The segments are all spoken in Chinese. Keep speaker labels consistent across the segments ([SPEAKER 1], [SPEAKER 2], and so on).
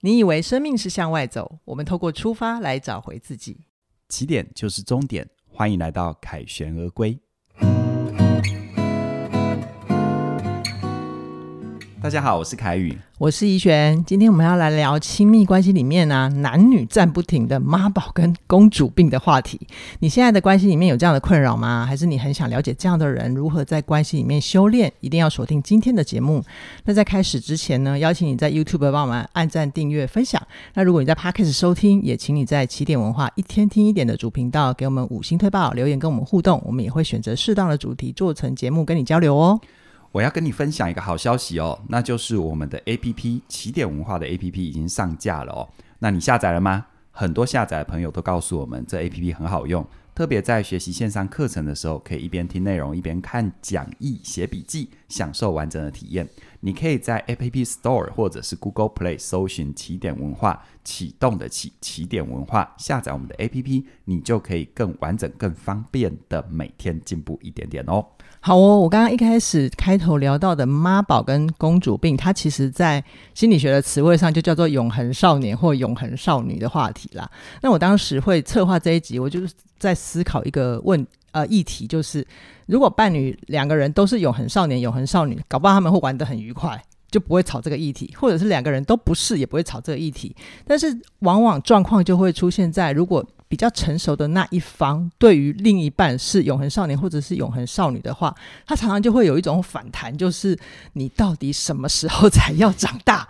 [SPEAKER 1] 你以为生命是向外走，我们透过出发来找回自己。
[SPEAKER 2] 起点就是终点，欢迎来到凯旋而归。大家好，我是凯宇。
[SPEAKER 1] 我是怡璇，今天我们要来聊亲密关系里面呢、男女战不停的妈宝跟公主病的话题。你现在的关系里面有这样的困扰吗？还是你很想了解这样的人如何在关系里面修炼？一定要锁定今天的节目。那在开始之前呢，邀请你在 YouTube 帮我们按赞、订阅、分享。那如果你在 Podcast 收听，也请你在起点文化一天听一点的主频道给我们五星推报、留言跟我们互动，我们也会选择适当的主题做成节目跟你交流哦。
[SPEAKER 2] 我要跟你分享一个好消息哦，那就是我们的 APP 起点文化的 APP 已经上架了哦。那你下载了吗？很多下载的朋友都告诉我们，这 APP 很好用，特别在学习线上课程的时候，可以一边听内容，一边看讲义、写笔记，享受完整的体验。你可以在 App Store 或者是 Google Play 搜寻起点文化，启动的起起点文化，下载我们的 APP，你就可以更完整、更方便的每天进步一点点哦。
[SPEAKER 1] 好哦，我刚刚一开始开头聊到的妈宝跟公主病，它其实在心理学的词汇上就叫做永恒少年或永恒少女的话题啦。那我当时会策划这一集，我就是在思考一个问呃议题，就是如果伴侣两个人都是永恒少年、永恒少女，搞不好他们会玩得很愉快。就不会吵这个议题，或者是两个人都不是，也不会吵这个议题。但是往往状况就会出现在，如果比较成熟的那一方对于另一半是永恒少年或者是永恒少女的话，他常常就会有一种反弹，就是你到底什么时候 才要长大？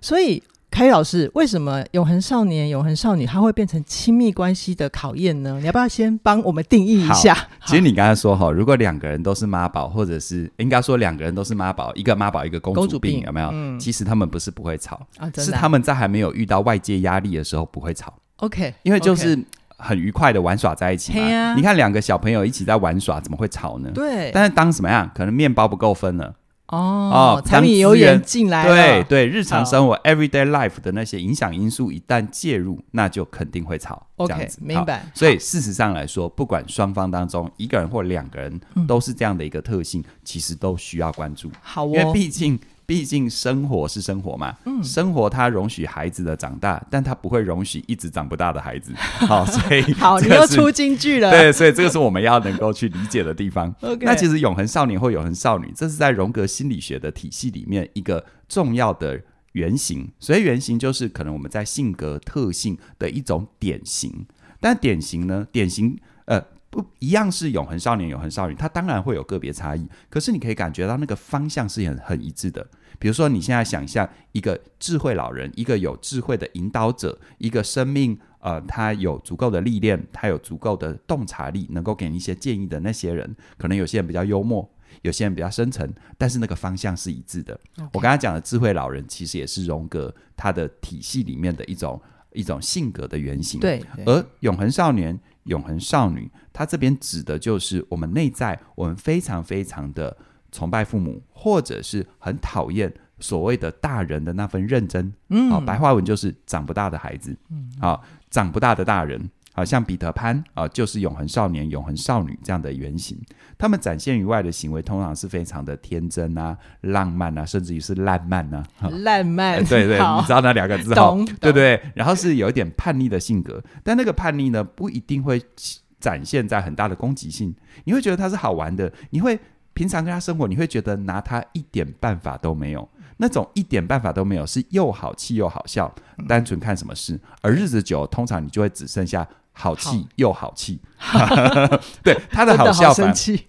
[SPEAKER 1] 所以，凯宇老师，为什么永恒少年、永恒少女他会变成亲密关系的考验呢？你要不要先帮我们定义一下？
[SPEAKER 2] 啊其实你刚才说哈，如果两个人都是妈宝，或者是应该说两个人都是妈宝，一个妈宝一个公
[SPEAKER 1] 公
[SPEAKER 2] 主
[SPEAKER 1] 主
[SPEAKER 2] 病，
[SPEAKER 1] 病
[SPEAKER 2] 有没有？
[SPEAKER 1] 嗯
[SPEAKER 2] 其实他们不是不会吵，
[SPEAKER 1] 啊，真
[SPEAKER 2] 是
[SPEAKER 1] 的啊、
[SPEAKER 2] 他们在还没有遇到外界压力的时候不会吵，
[SPEAKER 1] OK，
[SPEAKER 2] 因为就
[SPEAKER 1] OK
[SPEAKER 2] 是很愉快的玩耍在一起嘛。
[SPEAKER 1] 嘿啊
[SPEAKER 2] 你看两个小朋友一起在玩耍，怎么会吵呢？
[SPEAKER 1] 对
[SPEAKER 2] 但是当什么样？可能面包不够分了，
[SPEAKER 1] 哦
[SPEAKER 2] 哦，
[SPEAKER 1] 柴
[SPEAKER 2] 当
[SPEAKER 1] 米油
[SPEAKER 2] 资源
[SPEAKER 1] 盐进来
[SPEAKER 2] 对
[SPEAKER 1] 了，
[SPEAKER 2] 对，日常生活 everyday life 的那些影响因素一旦介入，那就肯定会吵。这样
[SPEAKER 1] ，OK，
[SPEAKER 2] 子，
[SPEAKER 1] 明
[SPEAKER 2] 好
[SPEAKER 1] 白。
[SPEAKER 2] 所以事实上来说，不管双方当中一个人或两个人
[SPEAKER 1] 嗯
[SPEAKER 2] 都是这样的一个特性，其实都需要关注，
[SPEAKER 1] 好
[SPEAKER 2] 因为
[SPEAKER 1] 哦，
[SPEAKER 2] 毕竟毕竟生活是生活嘛，
[SPEAKER 1] 嗯
[SPEAKER 2] 生活它容许孩子的长大，但它不会容许一直长不大的 孩子。好，所以
[SPEAKER 1] 好，
[SPEAKER 2] 这
[SPEAKER 1] 你又
[SPEAKER 2] 是
[SPEAKER 1] 出京剧了，
[SPEAKER 2] 对，所以这个是我们要能够去理解的地方。
[SPEAKER 1] OK
[SPEAKER 2] 那其实永恒少年或永恒少女，这是在荣格心理学的体系里面一个重要的原型。所以原型就是可能我们在性格特性的一种典型。但典型呢，典型呃不一样是永恒少年、永恒少女，它当然会有个别差异，可是你可以感觉到那个方向是很很一致的。比如说，你现在想象一个智慧老人，一个有智慧的引导者，一个生命呃，他有足够的历练，他有足够的洞察力，能够给你一些建议的那些人，可能有些人比较幽默，有些人比较深沉，但是那个方向是一致的。我刚才讲的智慧老人，其实也是荣格他的体系里面的一种一种性格的原型。
[SPEAKER 1] 对，对
[SPEAKER 2] 而永恒少年、永恒少女，它这边指的就是我们内在，我们非常非常的崇拜父母，或者是很讨厌所谓的大人的那份认真。
[SPEAKER 1] 嗯
[SPEAKER 2] 好、哦白话文就是长不大的孩子，嗯，好、长不大的大人。好像彼得潘啊、就是永恒少年、永恒少女这样的原型，他们展现于外的行为通常是非常的天真啊、浪漫啊，甚至于是烂漫啊。哈
[SPEAKER 1] 烂漫，
[SPEAKER 2] 对对，
[SPEAKER 1] 好
[SPEAKER 2] 你知道那两个字哈，
[SPEAKER 1] 懂，
[SPEAKER 2] 对
[SPEAKER 1] 懂，
[SPEAKER 2] 对，然后是有一点叛逆的性格，但那个叛逆呢，不一定会展现在很大的攻击性，你会觉得他是好玩的，你会平常跟他生活，你会觉得拿他一点办法都没有，那种一点办法都没有，是又好气又好笑，
[SPEAKER 1] 嗯
[SPEAKER 2] 单纯看什么事，而日子久了，通常你就会只剩下。好气
[SPEAKER 1] 好
[SPEAKER 2] 又好气， 对他的
[SPEAKER 1] 真
[SPEAKER 2] 好
[SPEAKER 1] 的
[SPEAKER 2] 笑
[SPEAKER 1] 好
[SPEAKER 2] 反
[SPEAKER 1] 生气，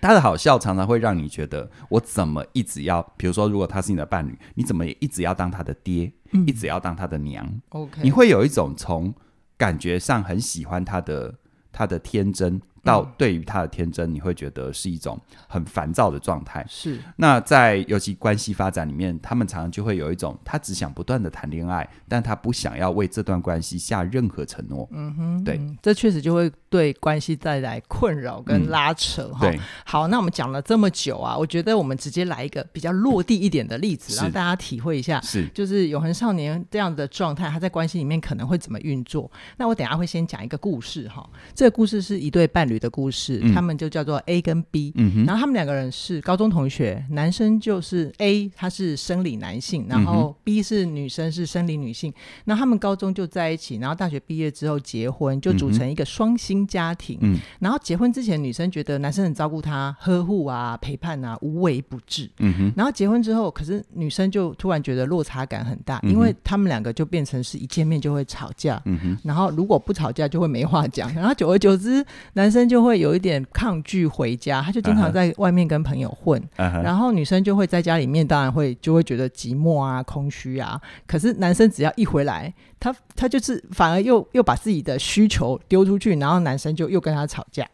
[SPEAKER 2] 他的好笑常常会让你觉得，我怎么一直要，比如说，如果他是你的伴侣，你怎么也一直要当他的爹，
[SPEAKER 1] 嗯
[SPEAKER 2] 一直要当他的娘，
[SPEAKER 1] OK，
[SPEAKER 2] 你会有一种从感觉上很喜欢他的他的天真，到对于他的天真，你会觉得是一种很烦躁的状态。
[SPEAKER 1] 是
[SPEAKER 2] 那在尤其关系发展里面，他们常常就会有一种他只想不断的谈恋爱，但他不想要为这段关系下任何承诺。
[SPEAKER 1] 嗯哼，
[SPEAKER 2] 对
[SPEAKER 1] 嗯，这确实就会对关系带来困扰跟
[SPEAKER 2] 嗯
[SPEAKER 1] 拉扯哈、
[SPEAKER 2] 对，
[SPEAKER 1] 好，那我们讲了这么久啊，我觉得我们直接来一个比较落地一点的例子，
[SPEAKER 2] 是
[SPEAKER 1] 让大家体会一下。
[SPEAKER 2] 是
[SPEAKER 1] 就是永恒少年这样的状态，他在关系里面可能会怎么运作？那我等一下会先讲一个故事哈，这个故事是一对伴侣的故事，
[SPEAKER 2] 嗯
[SPEAKER 1] 他们就叫做 A 跟 B，、
[SPEAKER 2] 嗯哼，
[SPEAKER 1] 然后他们两个人是高中同学，男生就是 A，他是生理男性，然
[SPEAKER 2] 嗯
[SPEAKER 1] 后 B 是女生是生理女性，然后他们高中就在一起，然后大学毕业之后结婚，就组成一个双薪家庭。
[SPEAKER 2] 嗯
[SPEAKER 1] 然后结婚之前，女生觉得男生很照顾她、呵护啊、陪伴啊，无微不至。
[SPEAKER 2] 嗯哼，
[SPEAKER 1] 然后结婚之后，可是女生就突然觉得落差感很大，
[SPEAKER 2] 嗯哼
[SPEAKER 1] 因为他们两个就变成是一见面就会吵架，
[SPEAKER 2] 嗯哼，
[SPEAKER 1] 然后如果不吵架就会没话讲，然后久而久之，男生就会有一点抗拒回家，他就经
[SPEAKER 2] 啊哈
[SPEAKER 1] 常在外面跟朋友混，
[SPEAKER 2] 啊哈
[SPEAKER 1] 然后女生就会在家里面，当然会就会觉得寂寞啊、空虚啊。可是男生只要一回来，他他就是反而又又把自己的需求丢出去，然后男生就又跟他吵架。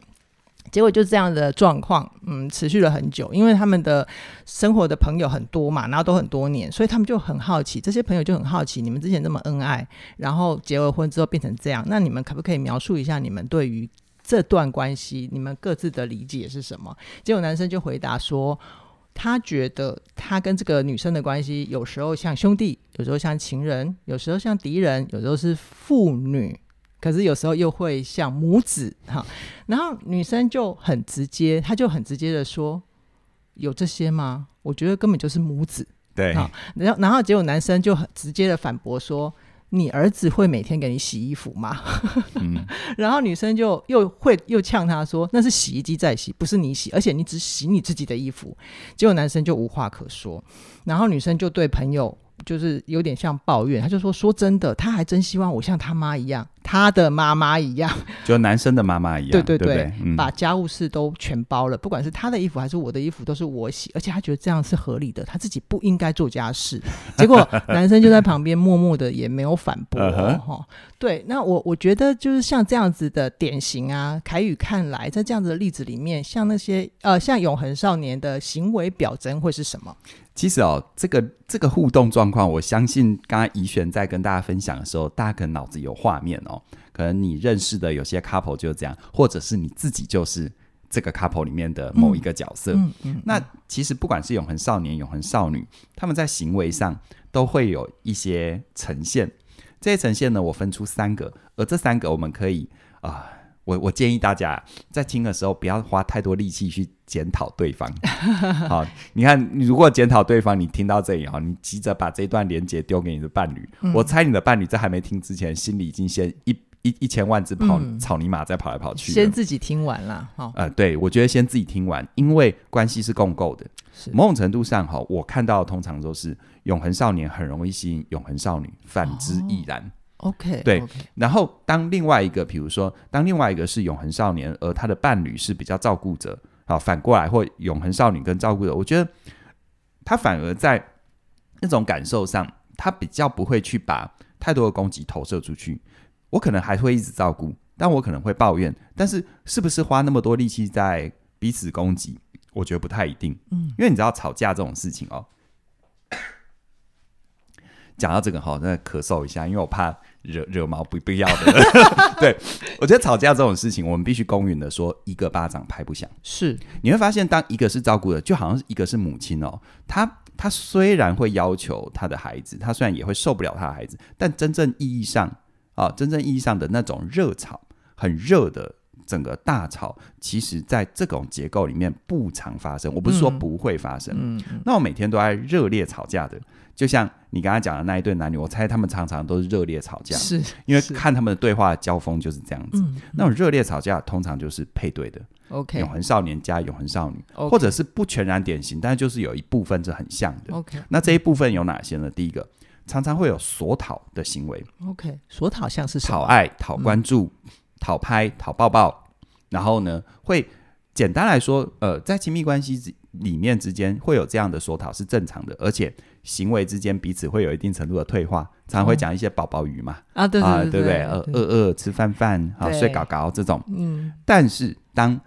[SPEAKER 1] 结果就这样的状况，嗯，持续了很久，因为他们的生活的朋友很多嘛，然后都很多年，所以他们就很好奇，这些朋友就很好奇，你们之前这么恩爱，然后结了婚之后变成这样，那你们可不可以描述一下你们对于这段关系，你们各自的理解是什么？结果男生就回答说，他觉得他跟这个女生的关系，有时候像兄弟，有时候像情人，有时候像敌人，有时候是父女，可是有时候又会像母子哈。然后女生就很直接，她就很直接的说：“有这些吗？我觉得根本就是母子。
[SPEAKER 2] 对，
[SPEAKER 1] 好然后，然后结果男生就很直接的反驳说：“你儿子会每天给你洗衣服吗？”
[SPEAKER 2] 嗯
[SPEAKER 1] 然后女生就又会又呛他说：“那是洗衣机在洗，不是你洗，而且你只洗你自己的衣服。”结果男生就无话可说，然后女生就对朋友就是有点像抱怨，他就说：“说真的，他还真希望我像他妈一样，他的妈妈一样，
[SPEAKER 2] 就男生的妈妈一样，
[SPEAKER 1] 对对
[SPEAKER 2] 对不
[SPEAKER 1] 对
[SPEAKER 2] 对，嗯
[SPEAKER 1] 把家务事都全包了，不管是他的衣服还是我的衣服，都是我洗，而且他觉得这样是合理的，他自己不应该做家 事。结果男生就在旁边默默的，也没有反驳
[SPEAKER 2] 嗯哼
[SPEAKER 1] 哦哈、对，那我我觉得就是像这样子的典型啊，凯宇看来，在这样子的例子里面，像那些呃，像永恒少年的行为表征会是什么？
[SPEAKER 2] 其实哦，这个这个互动状况，我相信刚刚怡璇在跟大家分享的时候，大家可能脑子有画面哦，可能你认识的有些 couple 就是这样，或者是你自己就是这个 couple 里面的某一个角色。
[SPEAKER 1] 嗯嗯，
[SPEAKER 2] 那其实不管是永恒少年、永恒少女，他们在行为上都会有一些呈现。这些呈现呢，我分出三个，而这三个我们可以啊、我我建议大家在听的时候不要花太多力气去检讨对 方。好，你看，你如果检讨对方，你听到这里哦哈，你急着把这段连接丢给你的伴侣，
[SPEAKER 1] 嗯
[SPEAKER 2] 我猜你的伴侣在还没听之前，心里已经先一一一千万只跑、
[SPEAKER 1] 嗯
[SPEAKER 2] 草泥马在跑来跑去了。
[SPEAKER 1] 先自己听完啦，哈、
[SPEAKER 2] 呃，对，我觉得先自己听完，因为关系是共构的。
[SPEAKER 1] 是
[SPEAKER 2] 某种程度上，哈，我看到的通常都是永恒少年很容易吸引永恒少女，反之亦然。
[SPEAKER 1] OK，
[SPEAKER 2] 对
[SPEAKER 1] OK
[SPEAKER 2] 然后当另外一个，比如说当另外一个是永恒少年，而他的伴侣是比较照顾者，啊，反过来或永恒少女跟照顾者，我觉得他反而在那种感受上，他比较不会去把太多的攻击投射出去。我可能还会一直照顾，但我可能会抱怨，但是是不是花那么多力气在彼此攻击，我觉得不太一定。嗯，因为你知道吵架这种事情哦。讲到这个哈，那咳嗽一下，因为我怕惹惹毛不必要的。 对，我觉得吵架这种事情，我们必须公允的说，一个巴掌拍不响。
[SPEAKER 1] 是
[SPEAKER 2] 你会发现，当一个是照顾的，就好像是一个是母亲哦，她她虽然会要求她的孩子，她虽然也会受不了她的孩子，但真正意义上啊，真正意义上的那种热吵，很热的整个大吵，其实在这种结构里面不常发生。我不是说
[SPEAKER 1] 嗯
[SPEAKER 2] 不会发生，
[SPEAKER 1] 嗯嗯
[SPEAKER 2] 那我每天都在热烈吵架的，就像你刚才讲的那一对男女，我猜他们常常都是热烈吵架，
[SPEAKER 1] 是，
[SPEAKER 2] 因为
[SPEAKER 1] 是
[SPEAKER 2] 看他们的对话交锋就是这样子。
[SPEAKER 1] 嗯
[SPEAKER 2] 那种热烈吵架通常就是配对的，
[SPEAKER 1] OK
[SPEAKER 2] 永恒少年加永恒少女
[SPEAKER 1] OK
[SPEAKER 2] 或者是不全然典型，但就是有一部分是很像的。
[SPEAKER 1] OK
[SPEAKER 2] 那这一部分有哪些呢？第一个，常常会有索讨的行为，
[SPEAKER 1] OK，索讨像是什嗯
[SPEAKER 2] 讨
[SPEAKER 1] 么？
[SPEAKER 2] 爱、讨关注、讨拍、讨抱抱，然后呢，会简单来说，呃，在亲密关系之里面之间会有这样的索讨是正常的，而且行为之间彼此会有一定程度的退化，常常会讲一些宝宝语嘛，
[SPEAKER 1] 啊，对
[SPEAKER 2] 啊，
[SPEAKER 1] 对
[SPEAKER 2] 对不对？呃，饿饿吃饭饭啊，
[SPEAKER 1] 对
[SPEAKER 2] 睡搞搞这种，
[SPEAKER 1] 嗯
[SPEAKER 2] 但是当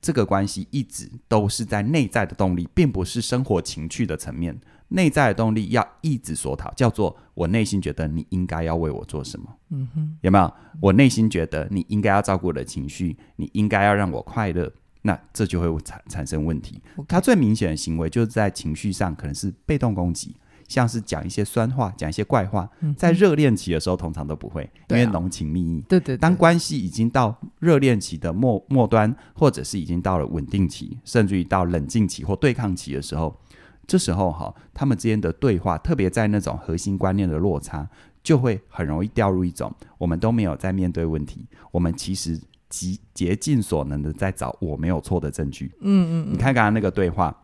[SPEAKER 2] 这个关系一直都是在内在的动力，并不是生活情趣的层面。内在的动力要一直索讨，叫做我内心觉得你应该要为我做什么。
[SPEAKER 1] 嗯哼，
[SPEAKER 2] 有没有？我内心觉得你应该要照顾我的情绪，你应该要让我快乐，那这就会产产生问题。
[SPEAKER 1] OK
[SPEAKER 2] 他最明显的行为就是在情绪上，可能是被动攻击，像是讲一些酸话，讲一些怪话，
[SPEAKER 1] 嗯哼
[SPEAKER 2] 在热恋期的时候通常都不会，因
[SPEAKER 1] 对啊
[SPEAKER 2] 为浓情蜜意。
[SPEAKER 1] 对对对，
[SPEAKER 2] 当关系已经到热恋期的末末端，或者是已经到了稳定期，甚至于到冷静期或对抗期的时候，这时候哈、他们之间的对话，特别在那种核心观念的落差，就会很容易掉入一种我们都没有在面对问题，我们其实极竭尽所能的在找我没有错的证据。
[SPEAKER 1] 嗯嗯
[SPEAKER 2] 你看刚刚那个对话，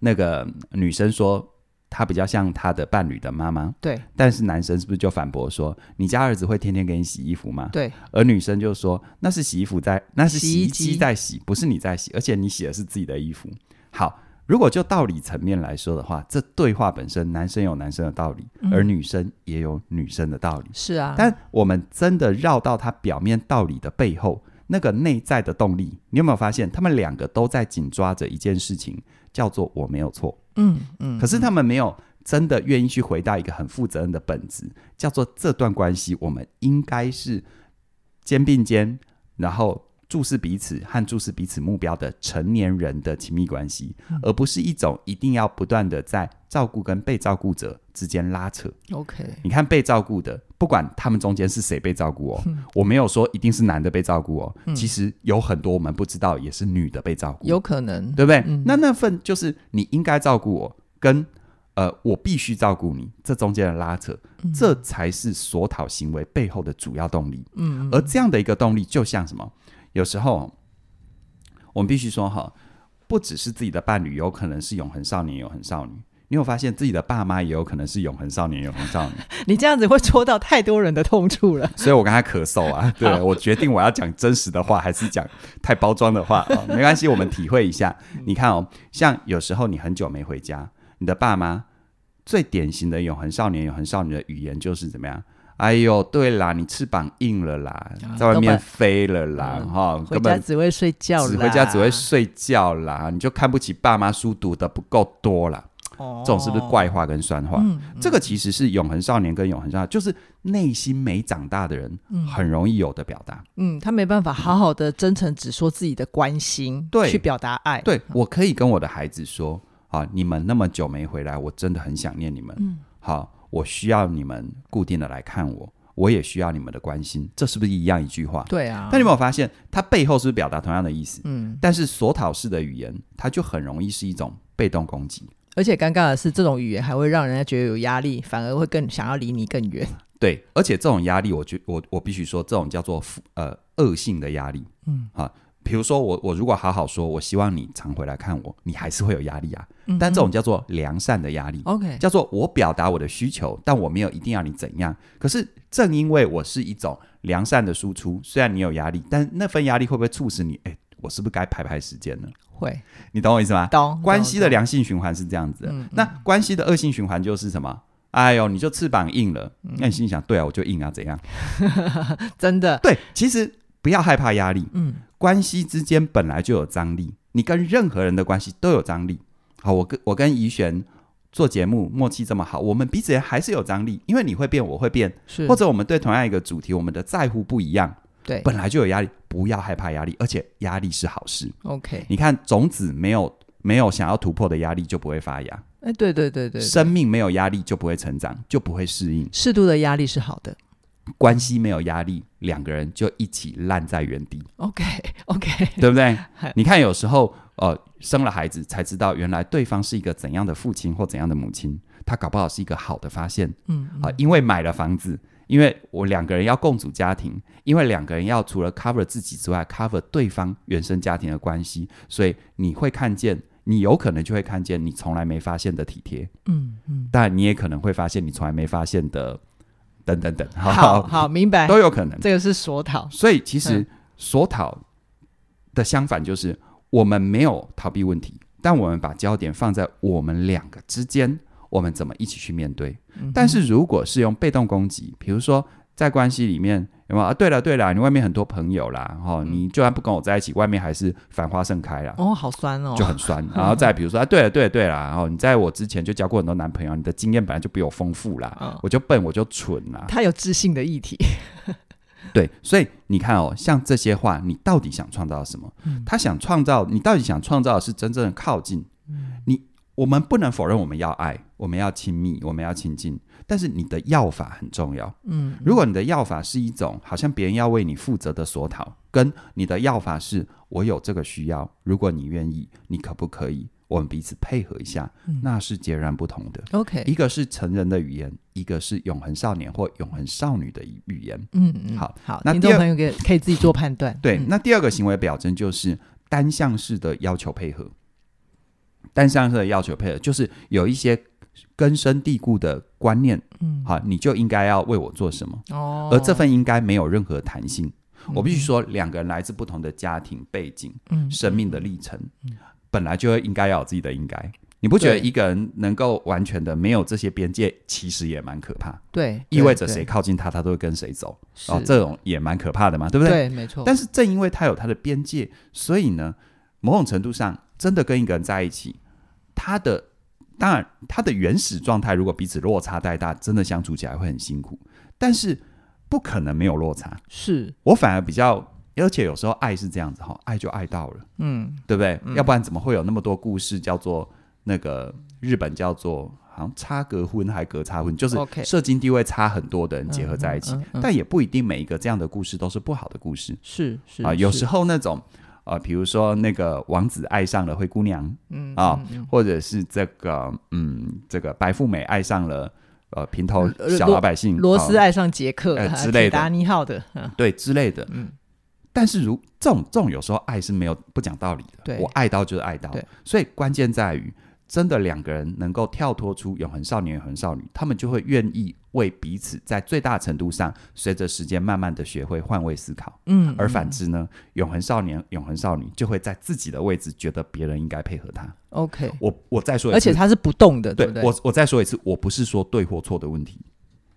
[SPEAKER 2] 那个女生说她比较像她的伴侣的妈妈，
[SPEAKER 1] 对
[SPEAKER 2] 但是男生是不是就反驳说：“你家儿子会天天给你洗衣服吗？”
[SPEAKER 1] 对，
[SPEAKER 2] 而女生就说：“那是洗衣服在，那是洗衣
[SPEAKER 1] 洗衣
[SPEAKER 2] 机
[SPEAKER 1] 机
[SPEAKER 2] 在洗，不是你在洗，而且你洗的是自己的衣服。”好，如果就道理层面来说的话，这对话本身，男生有男生的道理，
[SPEAKER 1] 嗯
[SPEAKER 2] 而女生也有女生的道理。
[SPEAKER 1] 是啊，
[SPEAKER 2] 但我们真的绕到它表面道理的背后，那个内在的动力，你有没有发现，他们两个都在紧抓着一件事情，叫做“我没有错”。
[SPEAKER 1] 嗯嗯，
[SPEAKER 2] 可是他们没有真的愿意去回到一个很负责任的本质，叫做这段关系我们应该是肩并肩，然后注视彼此和注视彼此目标的成年人的亲密关系，
[SPEAKER 1] 嗯
[SPEAKER 2] 而不是一种一定要不断的在照顾跟被照顾者之间拉扯。
[SPEAKER 1] 嗯 OK，
[SPEAKER 2] 你看被照顾的，不管他们中间是谁被照顾哦，
[SPEAKER 1] 嗯
[SPEAKER 2] 我没有说一定是男的被照顾哦，其实有很多我们不知道也是女的被照顾。哦
[SPEAKER 1] 有可能，
[SPEAKER 2] 对不对？
[SPEAKER 1] 嗯
[SPEAKER 2] 那那份就是你应该照顾我，跟呃我必须照顾你这中间的拉扯，
[SPEAKER 1] 嗯
[SPEAKER 2] 这才是索讨行为背后的主要动力。
[SPEAKER 1] 嗯嗯
[SPEAKER 2] 而这样的一个动力，就像什么？有时候我们必须说哈，不只是自己的伴侣，有可能是永恒少年、永恒少女。你有发现自己的爸妈也有可能是永恒少年、永恒少女，
[SPEAKER 1] 你这样子会戳到太多人的痛处 了。
[SPEAKER 2] 所以我刚才咳 嗽啊，对我决定我要讲真实的话，还是讲太包装的话 啊、没关系，我们体会一下。你看哦，像有时候你很久没回家，你的爸妈最典型的永恒少年、永恒少女的语言就是怎么样？哎呦，对啦，你翅膀硬了啦，在外面飞了啦，
[SPEAKER 1] 啊嗯
[SPEAKER 2] 哈、
[SPEAKER 1] 回
[SPEAKER 2] 根
[SPEAKER 1] 家
[SPEAKER 2] 本
[SPEAKER 1] 只会睡觉啦，
[SPEAKER 2] 只回家只会睡觉啦，你就看不起爸妈书读的不够多啦，
[SPEAKER 1] 哦，
[SPEAKER 2] 这种是不是怪话跟酸话？
[SPEAKER 1] 嗯？
[SPEAKER 2] 这个其实是永恒少年跟永恒少女，就是内心没长大的人
[SPEAKER 1] 嗯
[SPEAKER 2] 很容易有的表达。
[SPEAKER 1] 嗯，他没办法好好的真诚只说自己的关心，
[SPEAKER 2] 对
[SPEAKER 1] 去表达爱，，
[SPEAKER 2] 对我可以跟我的孩子说啊，你们那么久没回来，我真的很想念你们。
[SPEAKER 1] 嗯，
[SPEAKER 2] 好，我需要你们固定的来看我，我也需要你们的关心，这是不是一样一句话？
[SPEAKER 1] 对啊，
[SPEAKER 2] 但你有没有发现，它背后是不是表达同样的意思？
[SPEAKER 1] 嗯，
[SPEAKER 2] 但是索讨式的语言，它就很容易是一种被动攻击。
[SPEAKER 1] 而且尴尬的是，这种语言还会让人家觉得有压力，反而会更想要离你更远。
[SPEAKER 2] 对，而且这种压力我，觉我我必须说，这种叫做负呃恶性的压力。
[SPEAKER 1] 嗯，
[SPEAKER 2] 啊，比如说我我如果好好说，我希望你常回来看我，你还是会有压力啊。
[SPEAKER 1] 嗯哦
[SPEAKER 2] 但这种叫做良善的压力，
[SPEAKER 1] OK，
[SPEAKER 2] 叫做我表达我的需求，但我没有一定要你怎样。可是正因为我是一种良善的输出，虽然你有压力，但那份压力会不会促使你？哎，我是不是该排排时间呢？
[SPEAKER 1] 会
[SPEAKER 2] 你懂我意思吗？
[SPEAKER 1] 懂
[SPEAKER 2] 关系的
[SPEAKER 1] 两
[SPEAKER 2] 良性循环是这样子的，
[SPEAKER 1] 嗯嗯
[SPEAKER 2] 那关系的恶性循环就是什么？哎呦，你就翅膀硬了，
[SPEAKER 1] 嗯
[SPEAKER 2] 那你心里想，对啊，我就硬啊，怎样？
[SPEAKER 1] 真的，
[SPEAKER 2] 对，其实不要害怕压力，
[SPEAKER 1] 嗯，
[SPEAKER 2] 关系之间本来就有张力，你跟任何人的关系都有张力。好，我跟我跟怡璇做节目默契这么好，我们彼此还是有张力，因为你会变，我会变，
[SPEAKER 1] 是
[SPEAKER 2] 或者我们对同样一个主题，我们的在乎不一样，
[SPEAKER 1] 对
[SPEAKER 2] 本来就有压力，不要害怕压力，而且压力是好事。
[SPEAKER 1] OK，
[SPEAKER 2] 你看，种子没有没有想要突破的压力就不会发芽，
[SPEAKER 1] 哎，对对对对，对
[SPEAKER 2] 生命没有压力就不会成长，就不会适应，
[SPEAKER 1] 适度的压力是好的。
[SPEAKER 2] 关系没有压力，两个人就一起烂在原地。
[SPEAKER 1] OK OK，
[SPEAKER 2] 对 不对
[SPEAKER 1] 嗨？
[SPEAKER 2] 你看，有时候呃，生了孩子才知道，原来对方是一个怎样的父亲或怎样的母亲，他搞不好是一个好的发现
[SPEAKER 1] 嗯，嗯
[SPEAKER 2] 啊、因为买了房子，因为我两个人要共组家庭，因为两个人要除了 cover 自己之外，cover 对方原生家庭的关系，所以你会看见，你有可能就会看见你从来没发现的体贴，
[SPEAKER 1] 嗯嗯，
[SPEAKER 2] 但你也可能会发现你从来没发现的等等等，好
[SPEAKER 1] 好好明白，
[SPEAKER 2] 都有可能。
[SPEAKER 1] 这个是索讨，
[SPEAKER 2] 所以其实
[SPEAKER 1] 嗯
[SPEAKER 2] 索讨的相反就是，我们没有逃避问题，但我们把焦点放在我们两个之间，我们怎么一起去面对。
[SPEAKER 1] 嗯哼
[SPEAKER 2] 但是如果是用被动攻击，比如说在关系里面有有没有？啊，对了对了，你外面很多朋友啦，哈、
[SPEAKER 1] 嗯
[SPEAKER 2] 你就算不跟我在一起，外面还是繁花盛开啦。
[SPEAKER 1] 哦，好酸哦
[SPEAKER 2] 就，很酸，然后再比如说啊，对了对了对了，然后你在我之前就交过很多男朋友，你的经验本来就比我丰富啦，
[SPEAKER 1] 嗯
[SPEAKER 2] 我就笨我就蠢 啦，
[SPEAKER 1] 他有自信的议题，
[SPEAKER 2] 对，所以你看哦，像这些话，你到底想创造什么？他想创造，你到底想创造的是真正的靠近。你我们不能否认我们要爱，我们要亲密，我们要亲近，但是你的要法很重要。
[SPEAKER 1] 嗯，
[SPEAKER 2] 如果你的要法是一种好像别人要为你负责的索讨，跟你的要法是我有这个需要，如果你愿意，你可不可以？我们彼此配合一下，
[SPEAKER 1] 嗯
[SPEAKER 2] 那是截然不同的。
[SPEAKER 1] OK，
[SPEAKER 2] 一个是成人的语言，一个是永恒少年或永恒少女的语言。
[SPEAKER 1] 嗯嗯，
[SPEAKER 2] 好
[SPEAKER 1] 好，
[SPEAKER 2] 那
[SPEAKER 1] 听
[SPEAKER 2] 第
[SPEAKER 1] 众
[SPEAKER 2] 二
[SPEAKER 1] 朋友可以可以自己做判断，
[SPEAKER 2] 对，
[SPEAKER 1] 嗯
[SPEAKER 2] 那第二个行为表征就是单向式的要求配合。单向式的要求配合，就是有一些根深蒂固的观念，
[SPEAKER 1] 嗯，
[SPEAKER 2] 好，你就应该要为我做什么，
[SPEAKER 1] 哦，
[SPEAKER 2] 而这份应该没有任何弹性。
[SPEAKER 1] 嗯
[SPEAKER 2] 我必须，说，两个人来自不同的家庭背景、
[SPEAKER 1] 嗯
[SPEAKER 2] 生命的历程，本来就会应该要有自己的应该。你不觉得
[SPEAKER 1] 对
[SPEAKER 2] 一个人能够完全的没有这些边界，其实也蛮可怕，
[SPEAKER 1] 对，
[SPEAKER 2] 意味着
[SPEAKER 1] 对
[SPEAKER 2] 谁靠近他，他都会跟谁走。
[SPEAKER 1] 是
[SPEAKER 2] 哦，这种也蛮可怕的嘛，对不
[SPEAKER 1] 对，
[SPEAKER 2] 对？
[SPEAKER 1] 没错，
[SPEAKER 2] 但是正因为他有他的边界，所以呢，某种程度上，真的跟一个人在一起，他的当然他的原始状态，如果彼此落差太大，真的相处起来会很辛苦。但是不可能没有落差，
[SPEAKER 1] 是，
[SPEAKER 2] 我反而比较，而且有时候爱是这样子哈，爱就爱到了，
[SPEAKER 1] 嗯，
[SPEAKER 2] 对不对？要不然怎么会有那么多故事叫做那个日本叫做好像差隔婚还隔差婚，就是
[SPEAKER 1] OK
[SPEAKER 2] 社经地位差很多的人结合在一起，
[SPEAKER 1] 嗯嗯嗯嗯
[SPEAKER 2] 但也不一定每一个这样的故事都是不好的故事。
[SPEAKER 1] 是是
[SPEAKER 2] 啊、有时
[SPEAKER 1] 候，
[SPEAKER 2] 候那种呃，比如说那个王子爱上了灰姑娘
[SPEAKER 1] 嗯
[SPEAKER 2] 啊、
[SPEAKER 1] 嗯嗯
[SPEAKER 2] 或者是这个嗯，这个白富美爱上了呃平头
[SPEAKER 1] 呃
[SPEAKER 2] 小
[SPEAKER 1] 罗
[SPEAKER 2] 老百姓
[SPEAKER 1] 罗斯
[SPEAKER 2] 啊
[SPEAKER 1] 爱上杰克
[SPEAKER 2] 呃
[SPEAKER 1] 啊
[SPEAKER 2] 之类
[SPEAKER 1] 铁
[SPEAKER 2] 的
[SPEAKER 1] 达尼号的，嗯
[SPEAKER 2] 对之类的，
[SPEAKER 1] 嗯
[SPEAKER 2] 但是如这种这种有时候爱是没有不讲道理的
[SPEAKER 1] 对，
[SPEAKER 2] 我爱到就是爱到
[SPEAKER 1] 对，
[SPEAKER 2] 所以关键在于。真的两个人能够跳脱出永恒少年、永恒少女，他们就会愿意为彼此在最大程度上，随着时间慢慢的学会换位思考。
[SPEAKER 1] 嗯，
[SPEAKER 2] 而反之呢，永恒少年、永恒少女就会在自己的位置觉得别人应该配合他。
[SPEAKER 1] OK，
[SPEAKER 2] 我我再说一次，
[SPEAKER 1] 而且它是不动的，
[SPEAKER 2] 对
[SPEAKER 1] 不对？
[SPEAKER 2] 我我再说一次，我不是说对或错的问题，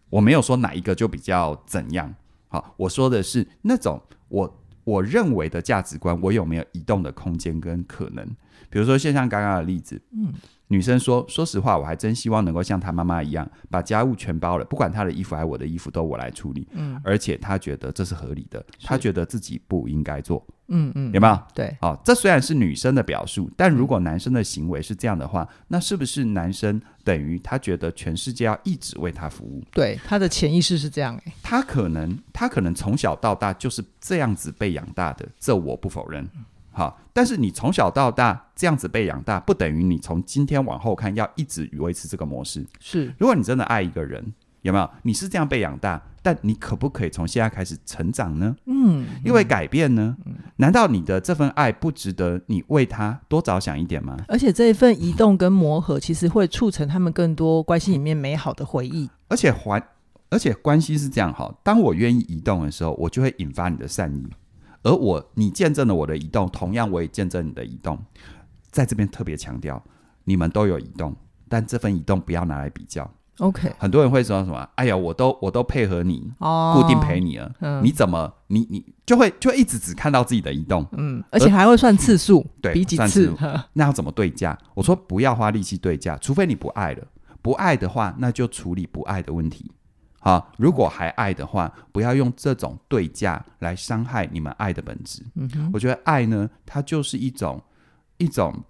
[SPEAKER 2] 我没有说哪一个就比较怎样。好，我说的是那种我我认为的价值观，我有没有移动的空间跟可能？比如说，就像刚刚的例子，嗯，女生说，说实话，我还真希望能够像她妈妈一样，把家务全包了，不管她的衣服还是我的衣服，都我来处理。
[SPEAKER 1] 嗯，
[SPEAKER 2] 而且她觉得这是合理的，她觉得自己不应该做，
[SPEAKER 1] 嗯嗯，
[SPEAKER 2] 有没有？
[SPEAKER 1] 对，
[SPEAKER 2] 好、这虽然是女生的表述，但如果男生的行为是这样的话，那是不是男生等于他觉得全世界要一直为他服务？
[SPEAKER 1] 对，他的潜意识是这样、欸，
[SPEAKER 2] 他可能他可能从小到大就是这样子被养大的，这我不否认。好，但是你从小到大这样子被养大，不等于你从今天往后看要一直维持这个模式。
[SPEAKER 1] 是
[SPEAKER 2] 如果你真的爱一个人，有没有？你是这样被养大，但你可不可以从现在开始成长呢？嗯，因为改变呢？
[SPEAKER 1] 嗯
[SPEAKER 2] 难道你的这份爱不值得你为他多着想一点吗？
[SPEAKER 1] 而且这一份移动跟磨合，其实会促成他们更多关系里面美好的回忆。
[SPEAKER 2] 而且还，而且关系是这样哈，当我愿意移动的时候，我就会引发你的善意，而我你见证了我的移动，同样我也见证你的移动。在这边特别强调，你们都有移动，但这份移动不要拿来比较。
[SPEAKER 1] OK，
[SPEAKER 2] 很多人会说什么？哎呀，我都我都配合你，
[SPEAKER 1] 哦，
[SPEAKER 2] 固定陪你了，
[SPEAKER 1] 嗯
[SPEAKER 2] 你怎么你你就会就会一直只看到自己的移动，
[SPEAKER 1] 嗯，而且还会算次数，
[SPEAKER 2] 嗯对
[SPEAKER 1] 比几
[SPEAKER 2] 算次
[SPEAKER 1] 次
[SPEAKER 2] 数，那要怎么对价？我说不要花力气对价，除非你不爱了，不爱的话，那就处理不爱的问题。好，如果还爱的话，不要用这种对价来伤害你们爱的本质。
[SPEAKER 1] 嗯哼，
[SPEAKER 2] 我觉得爱呢，它就是一种一种，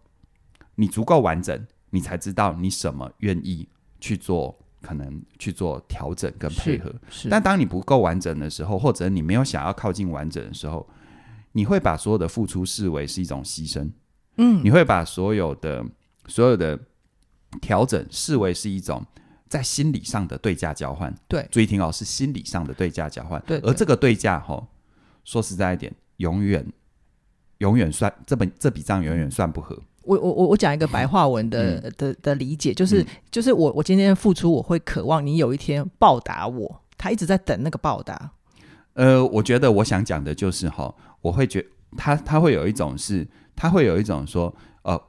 [SPEAKER 2] 你足够完整，你才知道你什么愿意去做，可能去做调整跟配合。
[SPEAKER 1] 是，
[SPEAKER 2] 但当你不够完整的时候，或者你没有想要靠近完整的时候，你会把所有的付出视为是一种牺牲，
[SPEAKER 1] 嗯
[SPEAKER 2] 你会把所有的所有的调整视为是一种在心理上的对价交换。
[SPEAKER 1] 对
[SPEAKER 2] 注意听哦，是心理上的对价交换。
[SPEAKER 1] 对对
[SPEAKER 2] 而这个对价哈、说实在一点，永远永远算这本这笔账永远算不合。
[SPEAKER 1] 我我我我讲一个白话文的、
[SPEAKER 2] 嗯
[SPEAKER 1] 的的理解，就是、就是我我今天付出，我会渴望你有一天报答我。他一直在等那个报答，
[SPEAKER 2] 呃，我觉得我想讲的就是哈，我会觉他他会有一种是，他会有一种说，呃，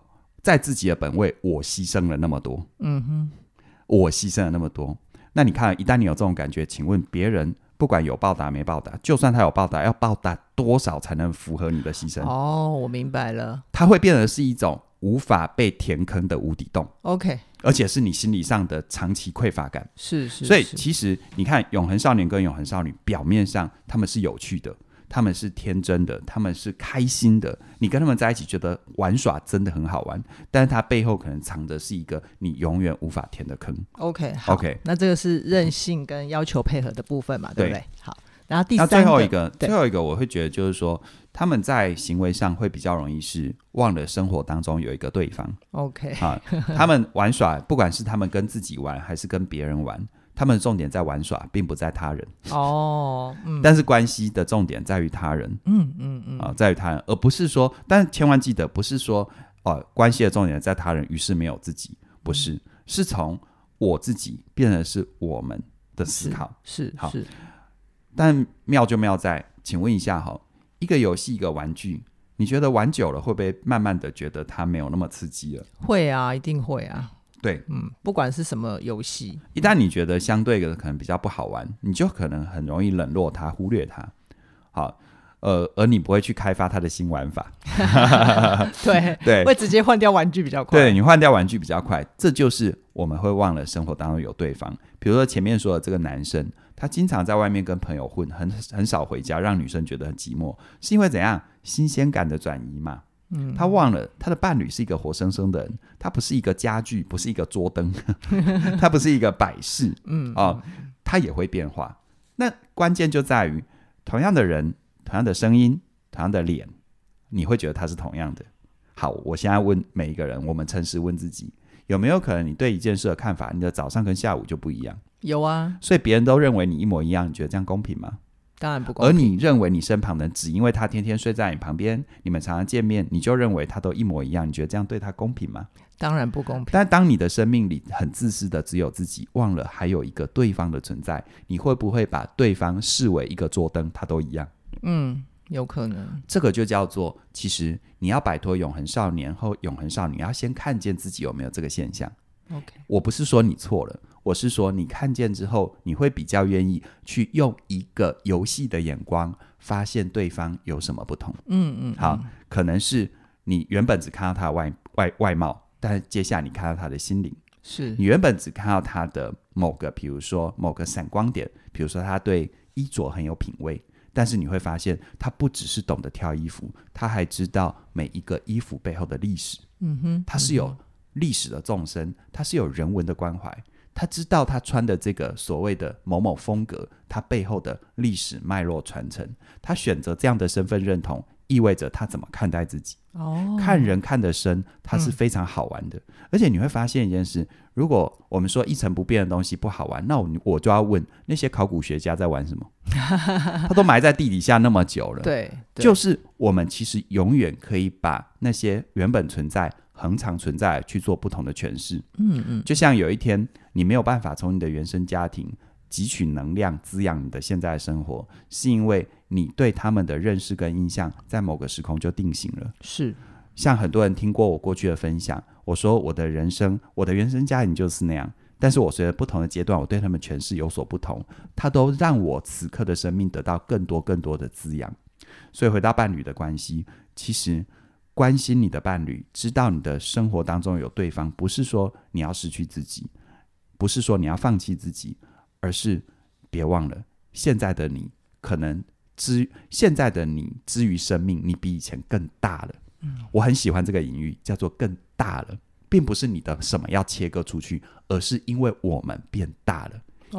[SPEAKER 2] 在自己的本位，我牺牲了那么多，
[SPEAKER 1] 嗯哼，
[SPEAKER 2] 我牺牲了那么多。那你看，一旦你有这种感觉，请问别人不管有报答没报答，就算他有报答，要报答多少才能符合你的牺牲？
[SPEAKER 1] 哦，我明白了。
[SPEAKER 2] 它会变得是一种无法被填坑的无底洞，
[SPEAKER 1] OK，
[SPEAKER 2] 而且是你心理上的长期匮乏感。
[SPEAKER 1] 是是，
[SPEAKER 2] 所以
[SPEAKER 1] 是
[SPEAKER 2] 其实你看，永恒少年跟永恒少女表面上他们是有趣的，他们是天真的，他们是开心的。你跟他们在一起，觉得玩耍真的很好玩，但是它背后可能藏着是一个你永远无法填的坑。
[SPEAKER 1] OK 好
[SPEAKER 2] OK
[SPEAKER 1] 那这个是任性跟要求配合的部分嘛，对不
[SPEAKER 2] 对
[SPEAKER 1] 对？好，然后第
[SPEAKER 2] 那
[SPEAKER 1] 三
[SPEAKER 2] 最后
[SPEAKER 1] 个
[SPEAKER 2] 一个，
[SPEAKER 1] 对
[SPEAKER 2] 最后一个，我会觉得就是说，他们在行为上会比较容易是忘了生活当中有一个对方。
[SPEAKER 1] OK
[SPEAKER 2] 啊，他们玩耍，不管是他们跟自己玩还是跟别人玩，他们重点在玩耍，并不在他人。
[SPEAKER 1] 哦，嗯
[SPEAKER 2] 但是关系的重点在于他人，嗯嗯嗯，啊、在于他人，而不是说，但千万记得，不是说哦、关系的重点在他人，于是没有自己，不是，是从我自己变成是我们的思考。
[SPEAKER 1] 是
[SPEAKER 2] 好
[SPEAKER 1] 是
[SPEAKER 2] 但妙就妙在，请问一下哈，一个游戏一个玩具，你觉得玩久了会不会慢慢的觉得它没有那么刺激了？
[SPEAKER 1] 会啊，一定会啊，
[SPEAKER 2] 对，
[SPEAKER 1] 嗯，不管是什么游戏，
[SPEAKER 2] 一旦你觉得相对的可能比较不好玩，你就可能很容易冷落它、忽略它。好，呃，而你不会去开发它的新玩法，
[SPEAKER 1] 对，
[SPEAKER 2] 对
[SPEAKER 1] 会直接换掉玩具比较快，
[SPEAKER 2] 对，你换掉玩具比较快，这就是我们会忘了生活当中有对方。比如说前面说的这个男生，他经常在外面跟朋友混，很很少回家，让女生觉得很寂寞，是因为怎
[SPEAKER 1] 嗯
[SPEAKER 2] 样新鲜感的转移嘛？嗯，他忘了他的伴侣是一个活生生的人，他不是一个家具，不是一个桌灯， 他不是一个摆饰，嗯哦，他也会变化。那关键就在于同样的人、同样的声音、同样的脸，你会觉得他是同样的。好，我现在问每一个人，我们诚实问自己，有没有可能你对一件事的看法，你的早上跟下午就不一样？
[SPEAKER 1] 有啊，
[SPEAKER 2] 所以别人都认为你一模一样，你觉得这样公平吗？
[SPEAKER 1] 当然不公
[SPEAKER 2] 而
[SPEAKER 1] 平，
[SPEAKER 2] 你认为你身旁的人，只因为他天天睡在你旁边，你们常常见面，你就认为他都一模一样，你觉得这样对他公平吗？
[SPEAKER 1] 当然不公平，
[SPEAKER 2] 但当你的生命里很自私的只有自己，忘了还有一个对方的存在，你会不会把对方视为一个桌灯，他都一样？
[SPEAKER 1] 嗯，有可能，
[SPEAKER 2] 这个就叫做，其实你要摆脱永恒少年后永恒少女，要先看见自己有没有这个现象。
[SPEAKER 1] OK
[SPEAKER 2] 我不是说你错了，我是说你看见之后，你会比较愿意去用一个游戏的眼光发现对方有什么不同。
[SPEAKER 1] 嗯嗯，
[SPEAKER 2] 好，可能是你原本只看到他的外外外貌，但是接下来你看到他的心灵。
[SPEAKER 1] 是
[SPEAKER 2] 你原本只看到他的某个，比如说某个闪光点，比如说他对衣着很有品味，但是你会发现他不只是懂得挑衣服，他还知道每一个衣服背后的历史。
[SPEAKER 1] 嗯哼，
[SPEAKER 2] 他是有历史的纵深，他是有人文的关怀，他知道他穿的这个所谓的某某风格，它背后的历史脉络传承，他选择这样的身份认同，意味着他怎么看待自己。
[SPEAKER 1] 哦，
[SPEAKER 2] 看人看得深，它是
[SPEAKER 1] 嗯
[SPEAKER 2] 非常好玩的。而且你会发现一件事：如果我们说一成不变的东西不好玩，那我我就要问那些考古学家在 玩什么？他都埋在地底下那么久了。，
[SPEAKER 1] 对，对
[SPEAKER 2] 就是我们其实永远可以把那些原本存在、恒常存在去做不同的诠释。
[SPEAKER 1] 嗯嗯，
[SPEAKER 2] 就像有一天你没有办法从你的原生家庭汲取能量滋养你的现在的生活，是因为你对他们的认识跟印象在某个时空就定型了。
[SPEAKER 1] 是
[SPEAKER 2] 像很多人听过我过去的分享，我说我的人生，我的原生家庭就是那样。但是我随着不同的阶段，我对他们诠释有所不同，它都让我此刻的生命得到更多更多的滋养。所以回到伴侣的关系，其实关心你的伴侣，知道你的生活当中有对方，不是说你要失去自己，不是说你要放弃自己，而是别忘了现在的你可能之现在的你之于生命，你比以前更大了。我很喜欢这个隐喻，叫做更大了，并不是你的什么要切割出去，而是因为我们变大了。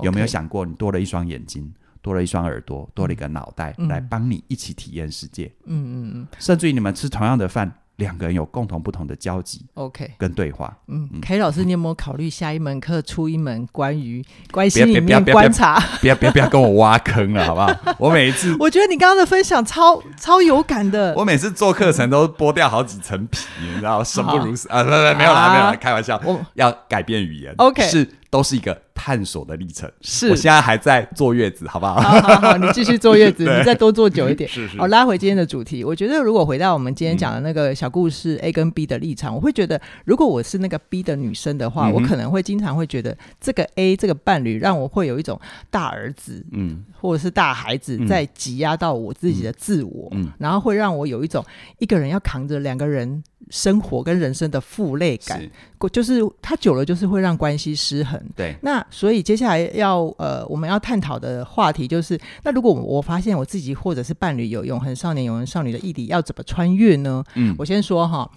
[SPEAKER 2] 有没有
[SPEAKER 1] OK
[SPEAKER 2] 想过，你多了一双眼睛，多了一双耳朵，多了一个脑袋，
[SPEAKER 1] 嗯
[SPEAKER 2] 来帮你一起体验世界？
[SPEAKER 1] 嗯嗯嗯
[SPEAKER 2] 甚至于你们吃同样的饭，两个人有共同不同的交集
[SPEAKER 1] ，OK，
[SPEAKER 2] 跟对话。
[SPEAKER 1] 嗯，K 老师，你有没有考虑下一门课出一门关于关系
[SPEAKER 2] 别别
[SPEAKER 1] 里
[SPEAKER 2] 不要
[SPEAKER 1] 面
[SPEAKER 2] 不要不要
[SPEAKER 1] 观察？
[SPEAKER 2] 不要不要不要跟我挖坑了，好不好？我每一次
[SPEAKER 1] 我觉得你刚刚的分享超超有感的，
[SPEAKER 2] 我每次做课程都剥掉好几层皮，你知道，生不如死啊！不不，没有啦，
[SPEAKER 1] 啊
[SPEAKER 2] 没有啦，开玩笑。
[SPEAKER 1] 我
[SPEAKER 2] 要改变语言
[SPEAKER 1] OK
[SPEAKER 2] 是都是一个探索的历程。
[SPEAKER 1] 是
[SPEAKER 2] 我现在还在坐月子，好不好？
[SPEAKER 1] 好好好，你继续坐月子，
[SPEAKER 2] 对
[SPEAKER 1] 你再多坐久一点。
[SPEAKER 2] 是嗯是
[SPEAKER 1] 好，拉回今天的主题，我觉得如果回到我们今天讲的那个小故事 A 跟 B 的立场，我会觉得，如果我是那个 B 的女生的话，
[SPEAKER 2] 嗯哼
[SPEAKER 1] 我可能会经常会觉得这个 A 这个伴侣让我会有一种大儿子
[SPEAKER 2] 嗯
[SPEAKER 1] 或者是大孩子
[SPEAKER 2] 嗯
[SPEAKER 1] 在挤压到我自己的自我，
[SPEAKER 2] 嗯，
[SPEAKER 1] 然后会让我有一种一个人要扛着两个人生活跟人生的负累感，
[SPEAKER 2] 是，
[SPEAKER 1] 就是他久了就是会让关系失衡。
[SPEAKER 2] 对，
[SPEAKER 1] 那所以接下来要呃，我们要探讨的话题就是，那如果我我发现我自己或者是伴侣有永恒少年、永恒少女的议题，要怎么穿越呢？
[SPEAKER 2] 嗯，
[SPEAKER 1] 我先说哈，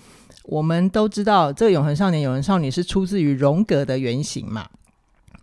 [SPEAKER 1] 我们都知道这个永恒少年、永恒少女是出自于荣格的原型嘛。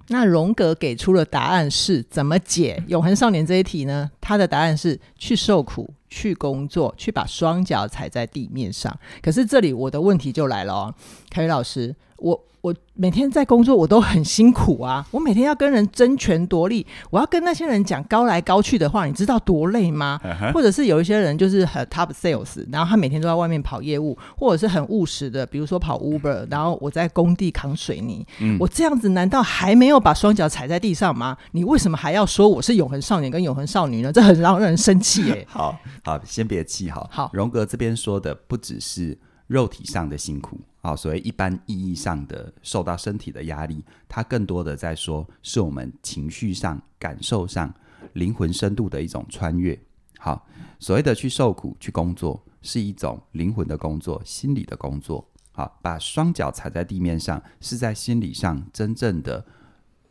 [SPEAKER 1] 那荣格给出了答案是怎么解永恒少年这一题呢？他的答案是去受苦、去工作、去把双脚踩在地面上。可是这里我的问题就来了哦，凯宇老师，我我每天在工作，我都很辛苦啊，我每天要跟人争权夺利，我要跟那些人讲高来高去的话，你知道多累吗？
[SPEAKER 2] 嗯
[SPEAKER 1] 或者是有一些人就是很 top sales，然后他每天都在外面跑业务，或者是很务实的，比如说跑 Uber，然后我在工地扛水泥，
[SPEAKER 2] 嗯
[SPEAKER 1] 我这样子难道还没有把双脚踩在地上吗？你为什么还要说我是永恒少年跟永恒少女呢？这很让人生气耶、
[SPEAKER 2] 好好，先别气哈。
[SPEAKER 1] 好
[SPEAKER 2] 荣格这边说的不只是肉体上的辛苦啊，所谓一般意义上的受到身体的压力，它更多的在说是我们情绪上、感受上、灵魂深度的一种穿越。好，所谓的去受苦、去工作，是一种灵魂的工作、心理的工作。好，把双脚踩在地面上，是在心理上真正的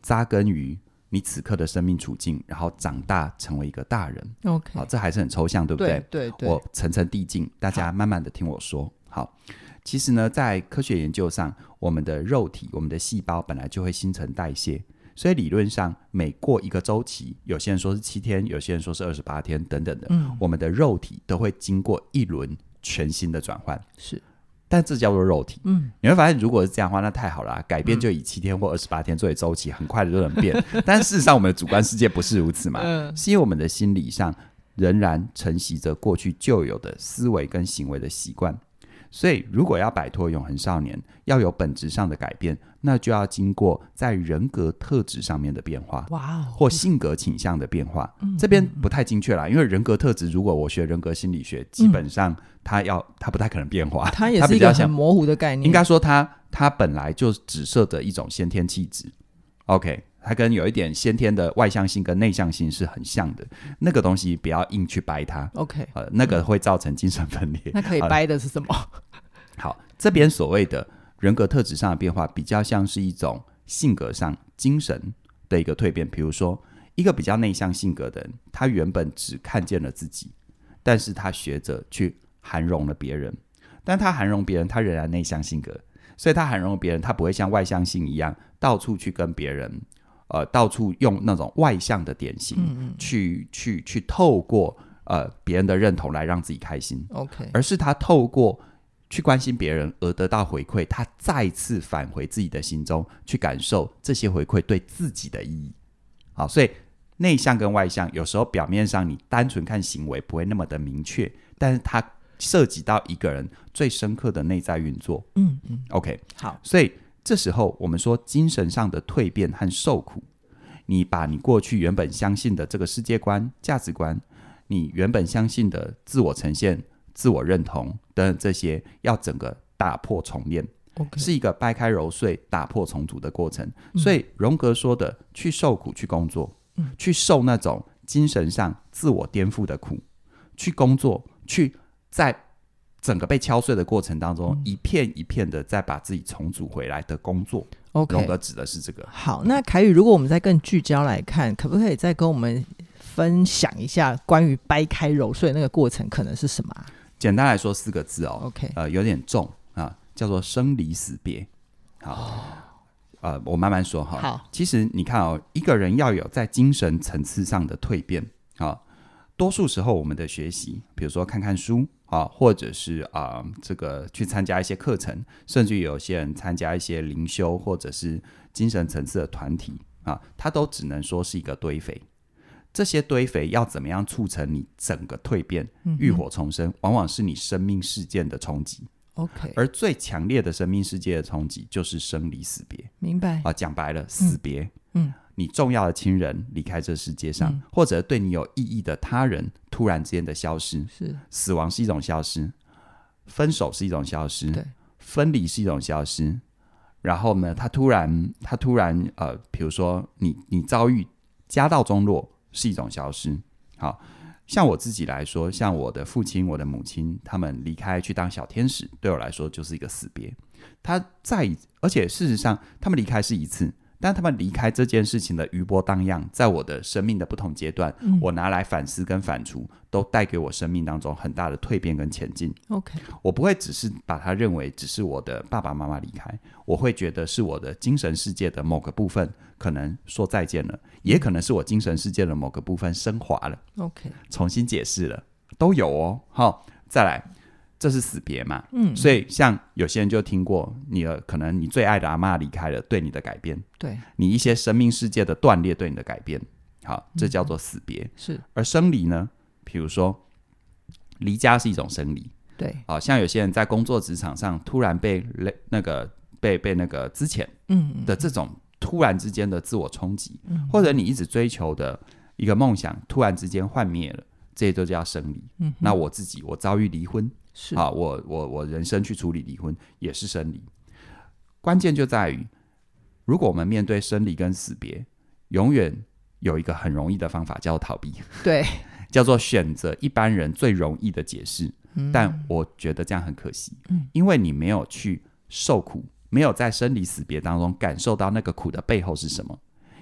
[SPEAKER 2] 扎根于你此刻的生命处境，然后长大成为一个大人。
[SPEAKER 1] OK，
[SPEAKER 2] 好，这还是很抽象，对不对？
[SPEAKER 1] 对对对，
[SPEAKER 2] 我层层递进，大家慢慢的听我说。好，其实呢，在科学研究上，我们的肉体、我们的细胞本来就会新陈代谢，所以理论上每过一个周期，有些人说是七天，有些人说是二十八天等等的，
[SPEAKER 1] 嗯，
[SPEAKER 2] 我们的肉体都会经过一轮全新的转换。
[SPEAKER 1] 是，
[SPEAKER 2] 但这叫做肉体，
[SPEAKER 1] 嗯，
[SPEAKER 2] 你会发现，如果是这样的话，那太好了啊、改变就以七天或二十八天作为周期，很快的就能变。 但事实上，我们的主观世界不是 如此嘛，
[SPEAKER 1] 嗯
[SPEAKER 2] 是因为我们的心理上仍然承袭着过去旧有的思维跟行为的习惯。所以，如果要摆脱永恒少年，要有本质上的改变，那就要经过在人格特质上面的变化。
[SPEAKER 1] 哇哦，
[SPEAKER 2] 或性格倾向的变化，
[SPEAKER 1] 嗯
[SPEAKER 2] 这边不太精确啦，因为人格特质，如果我学人格心理学，基本上它要它不太可能变化，
[SPEAKER 1] 它也是
[SPEAKER 2] 比
[SPEAKER 1] 一
[SPEAKER 2] 较
[SPEAKER 1] 个很
[SPEAKER 2] 像
[SPEAKER 1] 模糊的概念，
[SPEAKER 2] 应该说它它本来就只设的一种先天气质。OK，它跟有一点先天的外向性跟内向性是很像的，那个东西不要硬去掰它，
[SPEAKER 1] OK。
[SPEAKER 2] 呃，那个会造成精神分裂。
[SPEAKER 1] 那可以
[SPEAKER 2] 好了
[SPEAKER 1] 掰的是什么？
[SPEAKER 2] 好，这边所谓的人格特质上的变化，比较像是一种性格上、精神的一个蜕变。比如说，一个比较内向性格的人，他原本只看见了自己，但是他学着去涵容了别人，但他涵容别人，他仍然内向性格，所以他涵容别人，他不会像外向性一样到处去跟别人。呃，到处用那种外向的典型、
[SPEAKER 1] 嗯
[SPEAKER 2] 去去去透过呃别人的认同来让自己开心，
[SPEAKER 1] OK，
[SPEAKER 2] 而是他透过去关心别人而得到回馈，他再次返回自己的心中，去感受这些回馈对自己的意义。好，所以内向跟外向，有时候表面上你单纯看行为不会那么的明确，但是它涉及到一个人最深刻的内在运作。
[SPEAKER 1] 嗯嗯，
[SPEAKER 2] OK，
[SPEAKER 1] 好，
[SPEAKER 2] 所以这时候我们说精神上的蜕变和受苦，你把你过去原本相信的这个世界观、价值观，你原本相信的自我呈现、自我认同等等这些，要整个打破重练，
[SPEAKER 1] OK，
[SPEAKER 2] 是一个掰开揉碎、打破重组的过程。
[SPEAKER 1] 嗯
[SPEAKER 2] 所以荣格说的，去受苦、去工作，去受那种精神上自我颠覆的苦，去工作，去在整个被敲碎的过程
[SPEAKER 1] 嗯
[SPEAKER 2] 当中，一片一片的再把自己重组回来的工作。荣
[SPEAKER 1] OK。
[SPEAKER 2] 格指的是这个。
[SPEAKER 1] 好，那凯宇，如果我们再更聚焦来看，可不可以再跟我们分享一下关于掰开揉碎那个过程可能是什么啊
[SPEAKER 2] 简单来说，四个字哦，
[SPEAKER 1] ？OK，
[SPEAKER 2] 呃，有点重啊，叫做生离死别。好，呃，我慢慢说哈。
[SPEAKER 1] 好，
[SPEAKER 2] 其实你看哦，一个人要有在精神层次上的蜕变啊，多数时候我们的学习，比如说看看书啊，或者是啊、这个去参加一些课程，甚至有些人参加一些灵修或者是精神层次的团体啊，它都只能说是一个堆肥。这些堆肥要怎么样促成你整个蜕变、浴火重生，往往是你生命事件的冲击。
[SPEAKER 1] OK，
[SPEAKER 2] 呃而最强烈的生命世界的冲击就是生离死别
[SPEAKER 1] 明白。
[SPEAKER 2] 啊，讲白了，死别。
[SPEAKER 1] 嗯，
[SPEAKER 2] 你重要的亲人离开这世界上，
[SPEAKER 1] 嗯
[SPEAKER 2] 或者对你有意义的他人突然之间的消失，
[SPEAKER 1] 是
[SPEAKER 2] 死亡是一种消失，分手是一种消失，
[SPEAKER 1] 对，
[SPEAKER 2] 分离是一种消失。然后呢，他突然，他突然，呃，比如说你你遭遇家道中落是一种消失。好像我自己来说，像我的父亲、我的母亲，他们离开去当小天使，对我来说就是一个死别。他再，而且事实上，他们离开是一次，但他们离开这件事情的余波荡漾，在我的生命的不同阶段，
[SPEAKER 1] 嗯
[SPEAKER 2] 我拿来反思跟反刍，都带给我生命当中很大的蜕变跟前进。
[SPEAKER 1] OK，
[SPEAKER 2] 我不会只是把它认为只是我的爸爸妈妈离开，我会觉得是我的精神世界的某个部分可能说再见了，也可能是我精神世界的某个部分升华了，
[SPEAKER 1] OK，
[SPEAKER 2] 重新解释了，都有哦。好，再来，这是死别嘛，
[SPEAKER 1] 嗯，
[SPEAKER 2] 所以像有些人就听过你的，可能你最爱的阿嬷离开了，对你的改变，
[SPEAKER 1] 对，
[SPEAKER 2] 你一些生命世界的断裂对你的改变，好，这叫做死别。
[SPEAKER 1] 是
[SPEAKER 2] 而生离呢，比如说离家是一种生离，
[SPEAKER 1] 对，
[SPEAKER 2] 好、像有些人在工作职场上突然被勒那个被被那个之前
[SPEAKER 1] 嗯嗯
[SPEAKER 2] 的这种突然之间的自我冲击，
[SPEAKER 1] 嗯
[SPEAKER 2] 或者你一直追求的一个梦想突然之间幻灭了，这些都叫生离。
[SPEAKER 1] 嗯哼，
[SPEAKER 2] 那我自己我遭遇离婚
[SPEAKER 1] 是
[SPEAKER 2] 啊，我我我人生去处理离婚也是生离。关键就在于，如果我们面对生离跟死别，永远有一个很容易的方法叫逃避，
[SPEAKER 1] 对，
[SPEAKER 2] 叫做选择一般人最容易的解释。
[SPEAKER 1] 嗯
[SPEAKER 2] 但我觉得这样很可惜，
[SPEAKER 1] 嗯
[SPEAKER 2] 因为你没有去受苦，没有在生离死别当中感受到那个苦的背后是什么，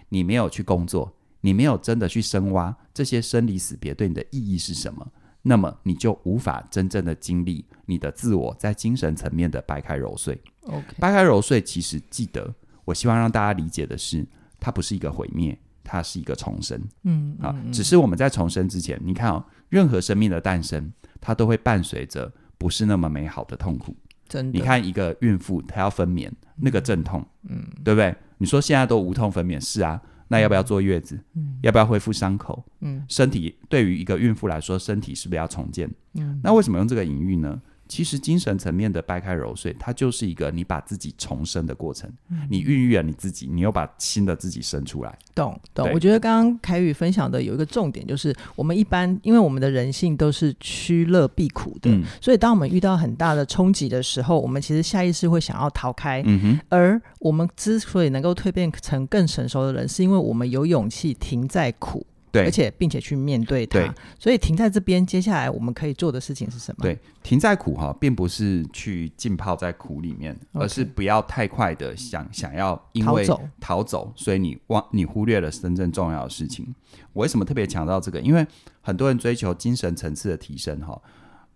[SPEAKER 2] 你没有去工作，你没有真的去深挖这些生离死别对你的意义是什么，那么你就无法真正的经历你的自我在精神层面的掰开揉碎。
[SPEAKER 1] OK，
[SPEAKER 2] 掰开揉碎，其实记得，我希望让大家理解的是，它不是一个毁灭，它是一个重生。
[SPEAKER 1] 嗯
[SPEAKER 2] 啊
[SPEAKER 1] 嗯，
[SPEAKER 2] 只是我们在重生之前，你看哦，任何生命的诞生，它都会伴随着不是那么美好的痛苦。
[SPEAKER 1] 真的，
[SPEAKER 2] 你看一个孕妇，她要分娩，那个阵痛，嗯，对不对？你说现在都无痛分娩，是啊，那要不要坐月子？
[SPEAKER 1] 嗯
[SPEAKER 2] 要不要恢复伤口？
[SPEAKER 1] 嗯
[SPEAKER 2] 身体对于一个孕妇来说，身体是不是要重建？
[SPEAKER 1] 嗯，
[SPEAKER 2] 那为什么用这个隐喻呢？其实精神层面的掰开揉碎，它就是一个你把自己重生的过程。
[SPEAKER 1] 嗯
[SPEAKER 2] 你孕育了你自己，你又把新的自己生出来。
[SPEAKER 1] 懂懂，
[SPEAKER 2] 对
[SPEAKER 1] 我觉得刚刚凯宇分享的有一个重点，就是我们一般因为我们的人性都是趋乐避苦的，
[SPEAKER 2] 嗯
[SPEAKER 1] 所以当我们遇到很大的冲击的时候，我们其实下意识会想要逃开。
[SPEAKER 2] 嗯哼，
[SPEAKER 1] 而我们之所以能够蜕变成更成熟的人，是因为我们有勇气停在苦，
[SPEAKER 2] 对
[SPEAKER 1] 而。且并且去面对它。
[SPEAKER 2] 对
[SPEAKER 1] 所以停在这边，接下来我们可以做的事情是什么？
[SPEAKER 2] 对，停在苦哈，并不是去浸泡在苦里面，而是
[SPEAKER 1] OK
[SPEAKER 2] 不要太快的想想要因
[SPEAKER 1] 逃
[SPEAKER 2] 为
[SPEAKER 1] 走。
[SPEAKER 2] 逃走，所以你忘你忽略了真正重要的事情。我为什么特别强调这个？因为很多人追求精神层次的提升哈，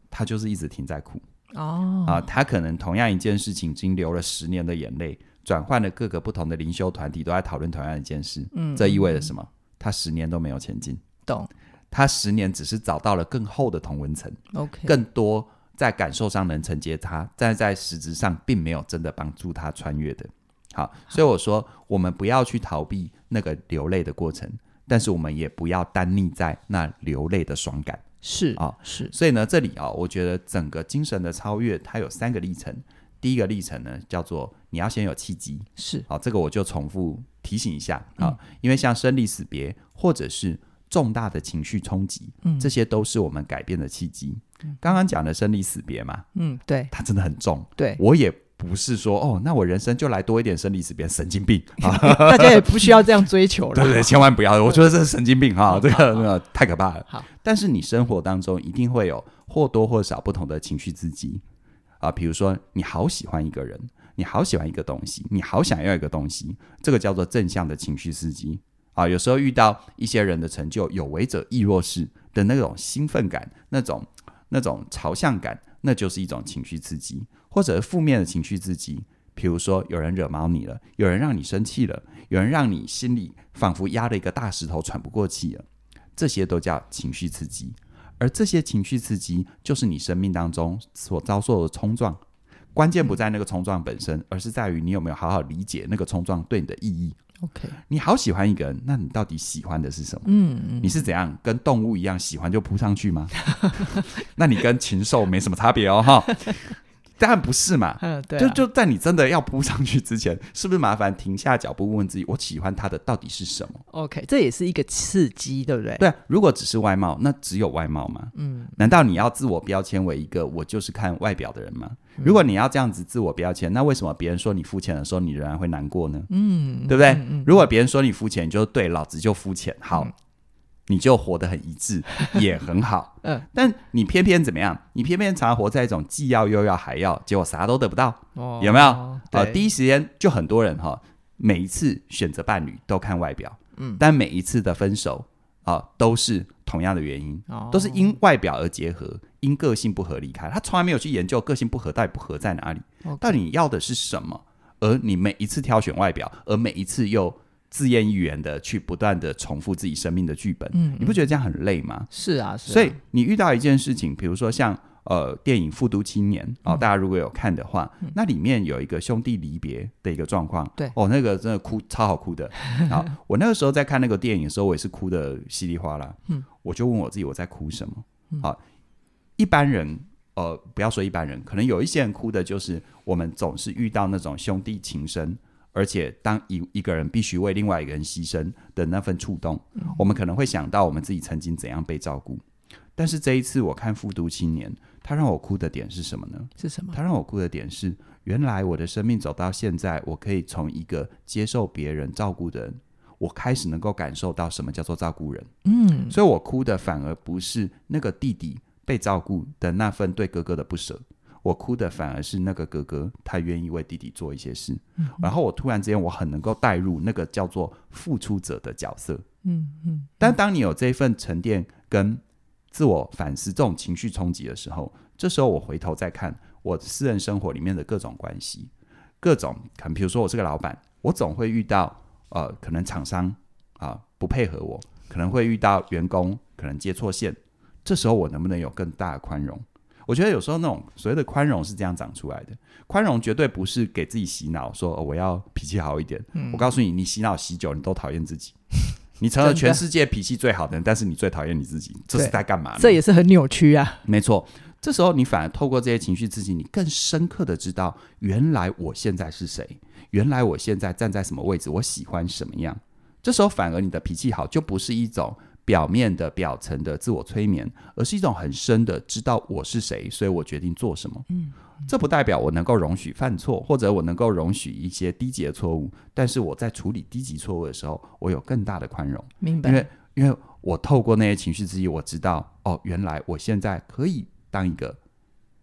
[SPEAKER 2] 他就是一直停在苦
[SPEAKER 1] 哦，
[SPEAKER 2] 啊，他可能同样一件事情，经流了十年的眼泪，转换了各个不同的灵修团体，都在讨论同样一件事，
[SPEAKER 1] 嗯
[SPEAKER 2] 这意味着什么？他十年都没有前进，
[SPEAKER 1] 懂
[SPEAKER 2] 他十年只是找到了更厚的同温层。
[SPEAKER 1] ？OK，
[SPEAKER 2] 更多在感受上能承接他，但在实质上并没有真的帮助他穿越的。好，所以我说，我们不要去逃避那个流泪的过程，但是我们也不要单溺在那流泪的爽感。
[SPEAKER 1] 是
[SPEAKER 2] 啊
[SPEAKER 1] 是
[SPEAKER 2] 所以呢，这里啊、我觉得整个精神的超越，它有三个历程。第一个历程呢，叫做你要先有契机，
[SPEAKER 1] 是，
[SPEAKER 2] 好，这个我就重复提醒一下啊，因为像生离死别或者是重大的情绪冲击，
[SPEAKER 1] 嗯
[SPEAKER 2] 这些都是我们改变的契机。刚刚讲的生离死别嘛，
[SPEAKER 1] 嗯，对
[SPEAKER 2] 它真的很重。
[SPEAKER 1] 对，
[SPEAKER 2] 我也不是说哦，那我人生就来多一点生离死别，神经病 啊！
[SPEAKER 1] 大家也不需要这样追求了。
[SPEAKER 2] 对对对，千万不 要，我觉得这是神经病哈，这个
[SPEAKER 1] 好
[SPEAKER 2] 呃太可怕了。
[SPEAKER 1] 好，
[SPEAKER 2] 但是你生活当中一定会有或多或少不同的情绪刺激啊，比如说你好喜欢一个人，你好喜欢一个东西，你好想要一个东西，这个叫做正向的情绪刺激啊。有时候遇到一些人的成就，有为者亦若是的那种兴奋感，那种那种朝向感，那就是一种情绪刺激，或者是负面的情绪刺激。比如说，有人惹毛你了，有人让你生气了，有人让你心里仿佛压了一个大石头，喘不过气了，这些都叫情绪刺激。而这些情绪刺激，就是你生命当中所遭受的冲撞。关键不在那个冲撞本身，而是在于你有没有好好理解那个冲撞对你的意义。
[SPEAKER 1] OK，
[SPEAKER 2] 你好喜欢一个人，那你到底喜欢的是什么？
[SPEAKER 1] 嗯嗯，
[SPEAKER 2] 你是怎样跟动物一 样喜欢就扑上去吗？那你跟禽兽没什么差别哦，哈。当然不是嘛，
[SPEAKER 1] 嗯，对啊、
[SPEAKER 2] 就就在你真的要扑上去之前，是不是麻烦停下脚步，问问自己，我喜欢它的到底是什么？
[SPEAKER 1] OK，这也是一个刺激，对不对？，
[SPEAKER 2] 对，啊如果只是外貌，那只有外貌吗？
[SPEAKER 1] 嗯，
[SPEAKER 2] 难道你要自我标签为一个我就是看外表的人吗？
[SPEAKER 1] 嗯
[SPEAKER 2] 如果你要这样子自我标签，那为什么别人说你肤浅的时候，你仍然会难过呢？
[SPEAKER 1] 嗯，
[SPEAKER 2] 对不对？
[SPEAKER 1] 嗯
[SPEAKER 2] 如果别人说你肤浅，你就对，老子就肤浅，好，
[SPEAKER 1] 嗯
[SPEAKER 2] 你就活得很一 致，也很好。
[SPEAKER 1] 嗯，
[SPEAKER 2] 但你偏偏怎么样？你偏偏常活在一种既要又要还要，结果啥都得不到。
[SPEAKER 1] 哦
[SPEAKER 2] 有没有？
[SPEAKER 1] 对
[SPEAKER 2] 呃，第一时间就很多人哈、每一次选择伴侣都看外表，
[SPEAKER 1] 嗯
[SPEAKER 2] 但每一次的分手啊、都是同样的原因，
[SPEAKER 1] 哦
[SPEAKER 2] 都是因外表而结合，因个性不合离开。他从来没有去研究个性不合到底不合在哪里，
[SPEAKER 1] OK
[SPEAKER 2] 到底你要的是什么？而你每一次挑选外表，而每一次又自厌一元的去不断的重复自己生命的剧本，
[SPEAKER 1] 嗯
[SPEAKER 2] 你不觉得这样很累吗？
[SPEAKER 1] 是啊，是啊
[SPEAKER 2] 所以你遇到一件事情，比如说像呃电影《复读青年》
[SPEAKER 1] 嗯
[SPEAKER 2] 哦，大家如果有看的话，那里面有一个兄弟离别的一个状况，
[SPEAKER 1] 对
[SPEAKER 2] 哦，那个真的哭超好 哭的。好，我那个时候在看那个电影的时候，我也是哭的稀里哗啦。
[SPEAKER 1] 嗯，
[SPEAKER 2] 我就问我自己我在哭什么？好、一般人。呃，不要说一般人，可能有一些人哭的就是我们总是遇到那种兄弟情深，而且当一一个人必须为另外一个人牺牲的那份触动，
[SPEAKER 1] 嗯
[SPEAKER 2] 我们可能会想到我们自己曾经怎样被照顾。但是这一次我看《复读青年》，他让我哭的点是什么呢？
[SPEAKER 1] 是什么？
[SPEAKER 2] 他让我哭的点是，原来我的生命走到现在，我可以从一个接受别人照顾的人，我开始能够感受到什么叫做照顾人。
[SPEAKER 1] 嗯，
[SPEAKER 2] 所以我哭的反而不是那个弟弟被照顾的那份对哥哥的不舍，我哭的反而是那个哥哥他愿意为弟弟做一些事。然后我突然之间，我很能够带入那个叫做付出者的角色。
[SPEAKER 1] 嗯嗯，
[SPEAKER 2] 但当你有这份沉淀跟自我反思这种情绪冲击的时候，这时候我回头再看我私人生活里面的各种关系，各种可能，比如说我是个老板，我总会遇到呃，可能厂商啊、不配合我，可能会遇到员工可能接错线，这时候我能不能有更大的宽容？我觉得有时候那种所谓的宽容是这样长出来的，宽容绝对不是给自己洗脑，说、哦我要脾气好一点。
[SPEAKER 1] 嗯
[SPEAKER 2] 我告诉你，你洗脑洗久，你都讨厌自 己，你成了
[SPEAKER 1] 真的
[SPEAKER 2] 全世界脾气最好的人，但是你最讨厌你自己，这是在干嘛呢？
[SPEAKER 1] 这也是很扭曲啊。
[SPEAKER 2] 没错，这时候你反而透过这些情绪刺激，你更深刻的知道，原来我现在是谁，原来我现在站在什么位置，我喜欢什么样。这时候反而你的脾气好，就不是一种表面的、表层的自我催眠，而是一种很深的知道我是谁，所以我决定做什么。嗯，这不代表我能够容许犯错，或者我能够容许一些低级的错误，但是我在处理低级错误的时候，我有更大的宽容。
[SPEAKER 1] 明
[SPEAKER 2] 因为
[SPEAKER 1] 白，
[SPEAKER 2] 因为我透过那些情绪刺激，我知道哦，原来我现在可以当一个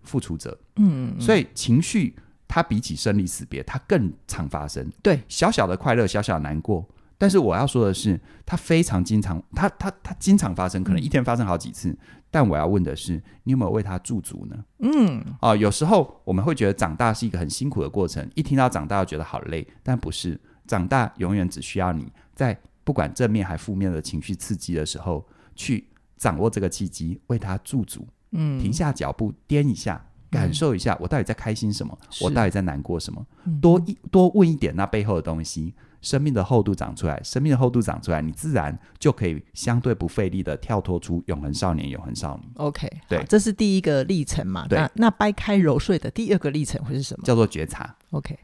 [SPEAKER 2] 付出者，
[SPEAKER 1] 嗯，嗯
[SPEAKER 2] 所以情绪它比起生离死别，它更常发生。
[SPEAKER 1] 对，
[SPEAKER 2] 小小的快乐，小小的难过，但是我要说的是，它非常经常，它它它经常发生，可能一天发生好几次。但我要问的是，你有没有为它驻足呢？
[SPEAKER 1] 嗯，
[SPEAKER 2] 哦、有时候我们会觉得长大是一个很辛苦的过程，一听到长大就觉得好累，但不是，长大永远只需要你在不管正面还负面的情绪刺激的时候，去掌握这个契机，为它驻足，
[SPEAKER 1] 嗯，
[SPEAKER 2] 停下脚步，颠一下，感受一下我到底在开心什么，
[SPEAKER 1] 是
[SPEAKER 2] 我到底在难过什么，
[SPEAKER 1] 嗯
[SPEAKER 2] 多一多问一点那背后的东西。生命的厚度长出来，生命的厚度长出来，你自然就可以相对不费力的跳脱出永恒少年、永恒少女，
[SPEAKER 1] OK，
[SPEAKER 2] 对
[SPEAKER 1] 好这是第一个历程嘛？
[SPEAKER 2] 对
[SPEAKER 1] 那那掰开揉碎的第二个历程会是什么
[SPEAKER 2] 叫做觉察。
[SPEAKER 1] ？OK，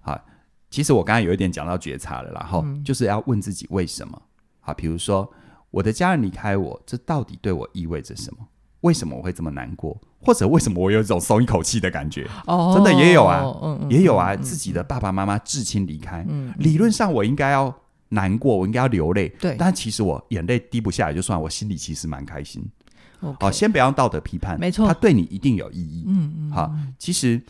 [SPEAKER 2] 其实我刚才有一点讲到觉察了啦，然后、
[SPEAKER 1] 嗯
[SPEAKER 2] 就是要问自己为什么好，比如说我的家人离开我，这到底对我意味着什么？为什么我会这么难过？或者为什么我有一种松一口气的感觉？
[SPEAKER 1] 哦
[SPEAKER 2] 真的也有啊
[SPEAKER 1] 嗯嗯，
[SPEAKER 2] 也有啊，
[SPEAKER 1] 嗯
[SPEAKER 2] 自己的爸爸妈妈至亲离开，
[SPEAKER 1] 嗯，
[SPEAKER 2] 理论上我应该要难过，我应该要流泪，
[SPEAKER 1] 对
[SPEAKER 2] 但其实我眼泪滴不下来，就算我心里其实蛮开心。
[SPEAKER 1] OK，
[SPEAKER 2] 好，先不要道德批判，
[SPEAKER 1] 没错
[SPEAKER 2] 它对你一定有意义。
[SPEAKER 1] 嗯嗯，
[SPEAKER 2] 好，其实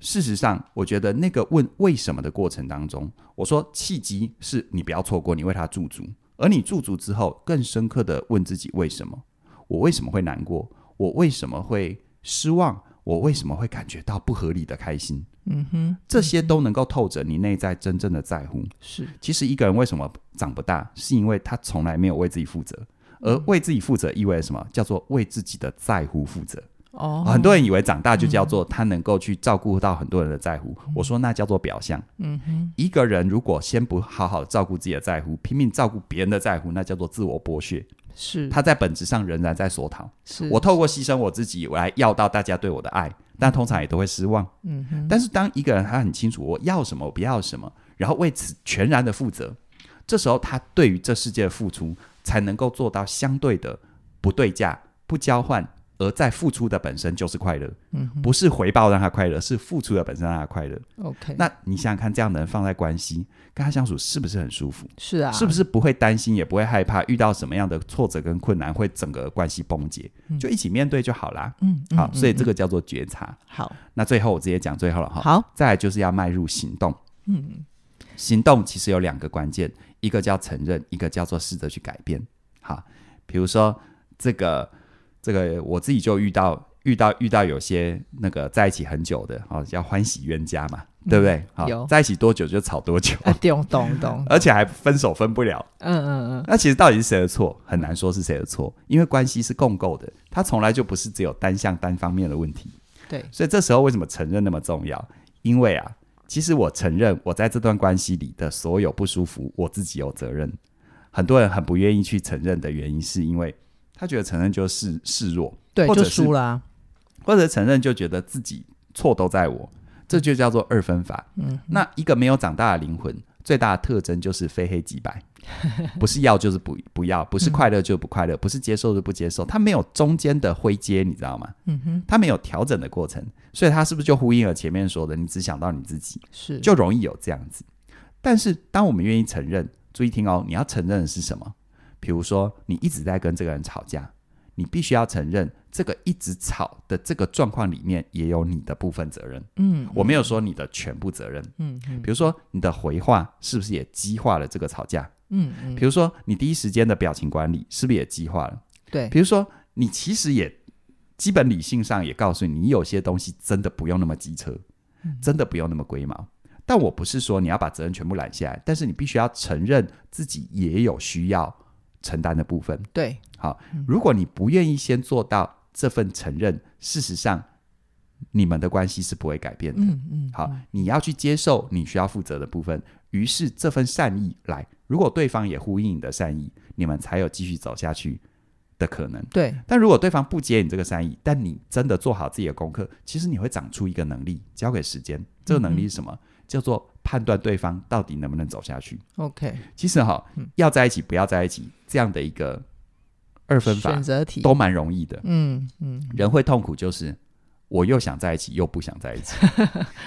[SPEAKER 2] 事实上，我觉得那个问为什么的过程当中，我说契机是你不要错过，你为它驻足，而你驻足之后，更深刻的问自己为什么？我为什么会难过？我为什么会失望？我为什么会感觉到不合理的开心？
[SPEAKER 1] 嗯哼，
[SPEAKER 2] 这些都能够透着你内在真正的在乎。
[SPEAKER 1] 是
[SPEAKER 2] 其实一个人为什么长不大，是因为他从来没有为自己负责，而
[SPEAKER 1] 嗯
[SPEAKER 2] 为自己负责意味着什么？叫做为自己的在乎负责。
[SPEAKER 1] 哦，
[SPEAKER 2] 很多人以为长大就叫做他能够去照顾到很多人的在乎，我说那叫做表象。
[SPEAKER 1] 嗯哼，
[SPEAKER 2] 一个人如果先不好好照顾自己的在乎，拼命照顾别人的在乎，那叫做自我剥削。
[SPEAKER 1] 是
[SPEAKER 2] 他在本质上仍然在索讨，
[SPEAKER 1] 是
[SPEAKER 2] 我透过牺牲我自己我来要到大家对我的爱，但通常也都会失望。
[SPEAKER 1] 嗯哼，
[SPEAKER 2] 但是当一个人他很清楚我要什么，我不要什么，然后为此全然的负责，这时候他对于这世界的付出才能够做到相对的不对价、不交换，而在付出的本身就是快乐，
[SPEAKER 1] 嗯哼
[SPEAKER 2] 不是回报让他快乐，是付出的本身让他快乐。
[SPEAKER 1] ，OK，
[SPEAKER 2] 那你想想看，这样的人放在关系跟他相处是不是很舒服？
[SPEAKER 1] 是啊，
[SPEAKER 2] 是不是不会担心，也不会害怕遇到什么样的挫折跟困难，会整个关系崩解？就一起面对就好啦。
[SPEAKER 1] 嗯？嗯，
[SPEAKER 2] 好，
[SPEAKER 1] 嗯
[SPEAKER 2] 所以这
[SPEAKER 1] 嗯
[SPEAKER 2] 个叫做觉察。
[SPEAKER 1] 好
[SPEAKER 2] 那最后我直接讲最后了哈。
[SPEAKER 1] 好，
[SPEAKER 2] 再来就是要迈入行动。
[SPEAKER 1] 嗯，
[SPEAKER 2] 行动其实有两个关键，一个叫承认，一个叫做试着去改变。好，比如说这个这个我自己就遇到遇到遇到有些那个在一起很久的，哦，叫欢喜冤家嘛，对不对？
[SPEAKER 1] 嗯有
[SPEAKER 2] 好，在一起多久就吵多 久，
[SPEAKER 1] 啊，懂懂懂，
[SPEAKER 2] 而且还分手分不了。
[SPEAKER 1] 嗯嗯嗯，
[SPEAKER 2] 那其实到底是谁的错，很难说是谁的错，因为关系是共构的，它从来就不是只有单向单方面的问题。
[SPEAKER 1] 对，
[SPEAKER 2] 所以这时候为什么承认那么重要？因为啊，其实我承认我在这段关系里的所有不舒服，我自己有责任。很多人很不愿意去承认的原因，是因为他觉得承认就是示弱，
[SPEAKER 1] 对，
[SPEAKER 2] 或
[SPEAKER 1] 就
[SPEAKER 2] 者是
[SPEAKER 1] 输了啊，
[SPEAKER 2] 或者承认就觉得自己错都在我，这就叫做二分法。
[SPEAKER 1] 嗯，
[SPEAKER 2] 那一个没有长大的灵魂，最大的特征就是非黑即白，不是要就是不不要，不是快乐就不快乐，不是接受就不接受，它没有中间的灰阶，你知道吗？
[SPEAKER 1] 嗯哼，
[SPEAKER 2] 它没有调整的过程，所以它是不是就呼应了前面说的，你只想到你自己，
[SPEAKER 1] 是，
[SPEAKER 2] 就容易有这样子。但是当我们愿意承认，注意听哦，你要承认的是什么？比如说你一直在跟这个人吵架，你必须要承认这个一直吵的这个状况里面也有你的部分责任，
[SPEAKER 1] 嗯，
[SPEAKER 2] 我没有说你的全部责任。
[SPEAKER 1] 嗯嗯
[SPEAKER 2] 比如说你的回话是不是也激化了这个吵架？
[SPEAKER 1] 嗯嗯，
[SPEAKER 2] 比如说你第一时间的表情管理是不是也激化了？
[SPEAKER 1] 对，
[SPEAKER 2] 比如说你其实也基本理性上也告诉你，你有些东西真的不用那么机车，
[SPEAKER 1] 嗯
[SPEAKER 2] 真的不用那么龟毛。但我不是说你要把责任全部揽下来，但是你必须要承认自己也有需要承担的部分。
[SPEAKER 1] 对，
[SPEAKER 2] 好，
[SPEAKER 1] 嗯
[SPEAKER 2] 如果你不愿意先做到这份承认，事实上你们的关系是不会改变的。
[SPEAKER 1] 嗯嗯，
[SPEAKER 2] 好，你要去接受你需要负责的部分。于是这份善意来，如果对方也呼应你的善意，你们才有继续走下去的可能。
[SPEAKER 1] 对，
[SPEAKER 2] 但如果对方不接你这个善意，但你真的做好自己的功课，其实你会长出一个能力，交给时间。这个能力是什么？
[SPEAKER 1] 嗯
[SPEAKER 2] 叫做判断对方到底能不能走下去。
[SPEAKER 1] OK，
[SPEAKER 2] 其实哈，
[SPEAKER 1] 嗯
[SPEAKER 2] 要在一起不要在一起这样的一个二分法
[SPEAKER 1] 选择题，
[SPEAKER 2] 都蛮容易的。
[SPEAKER 1] 嗯嗯，
[SPEAKER 2] 人会痛苦就是我又想在一起又不想在 一起，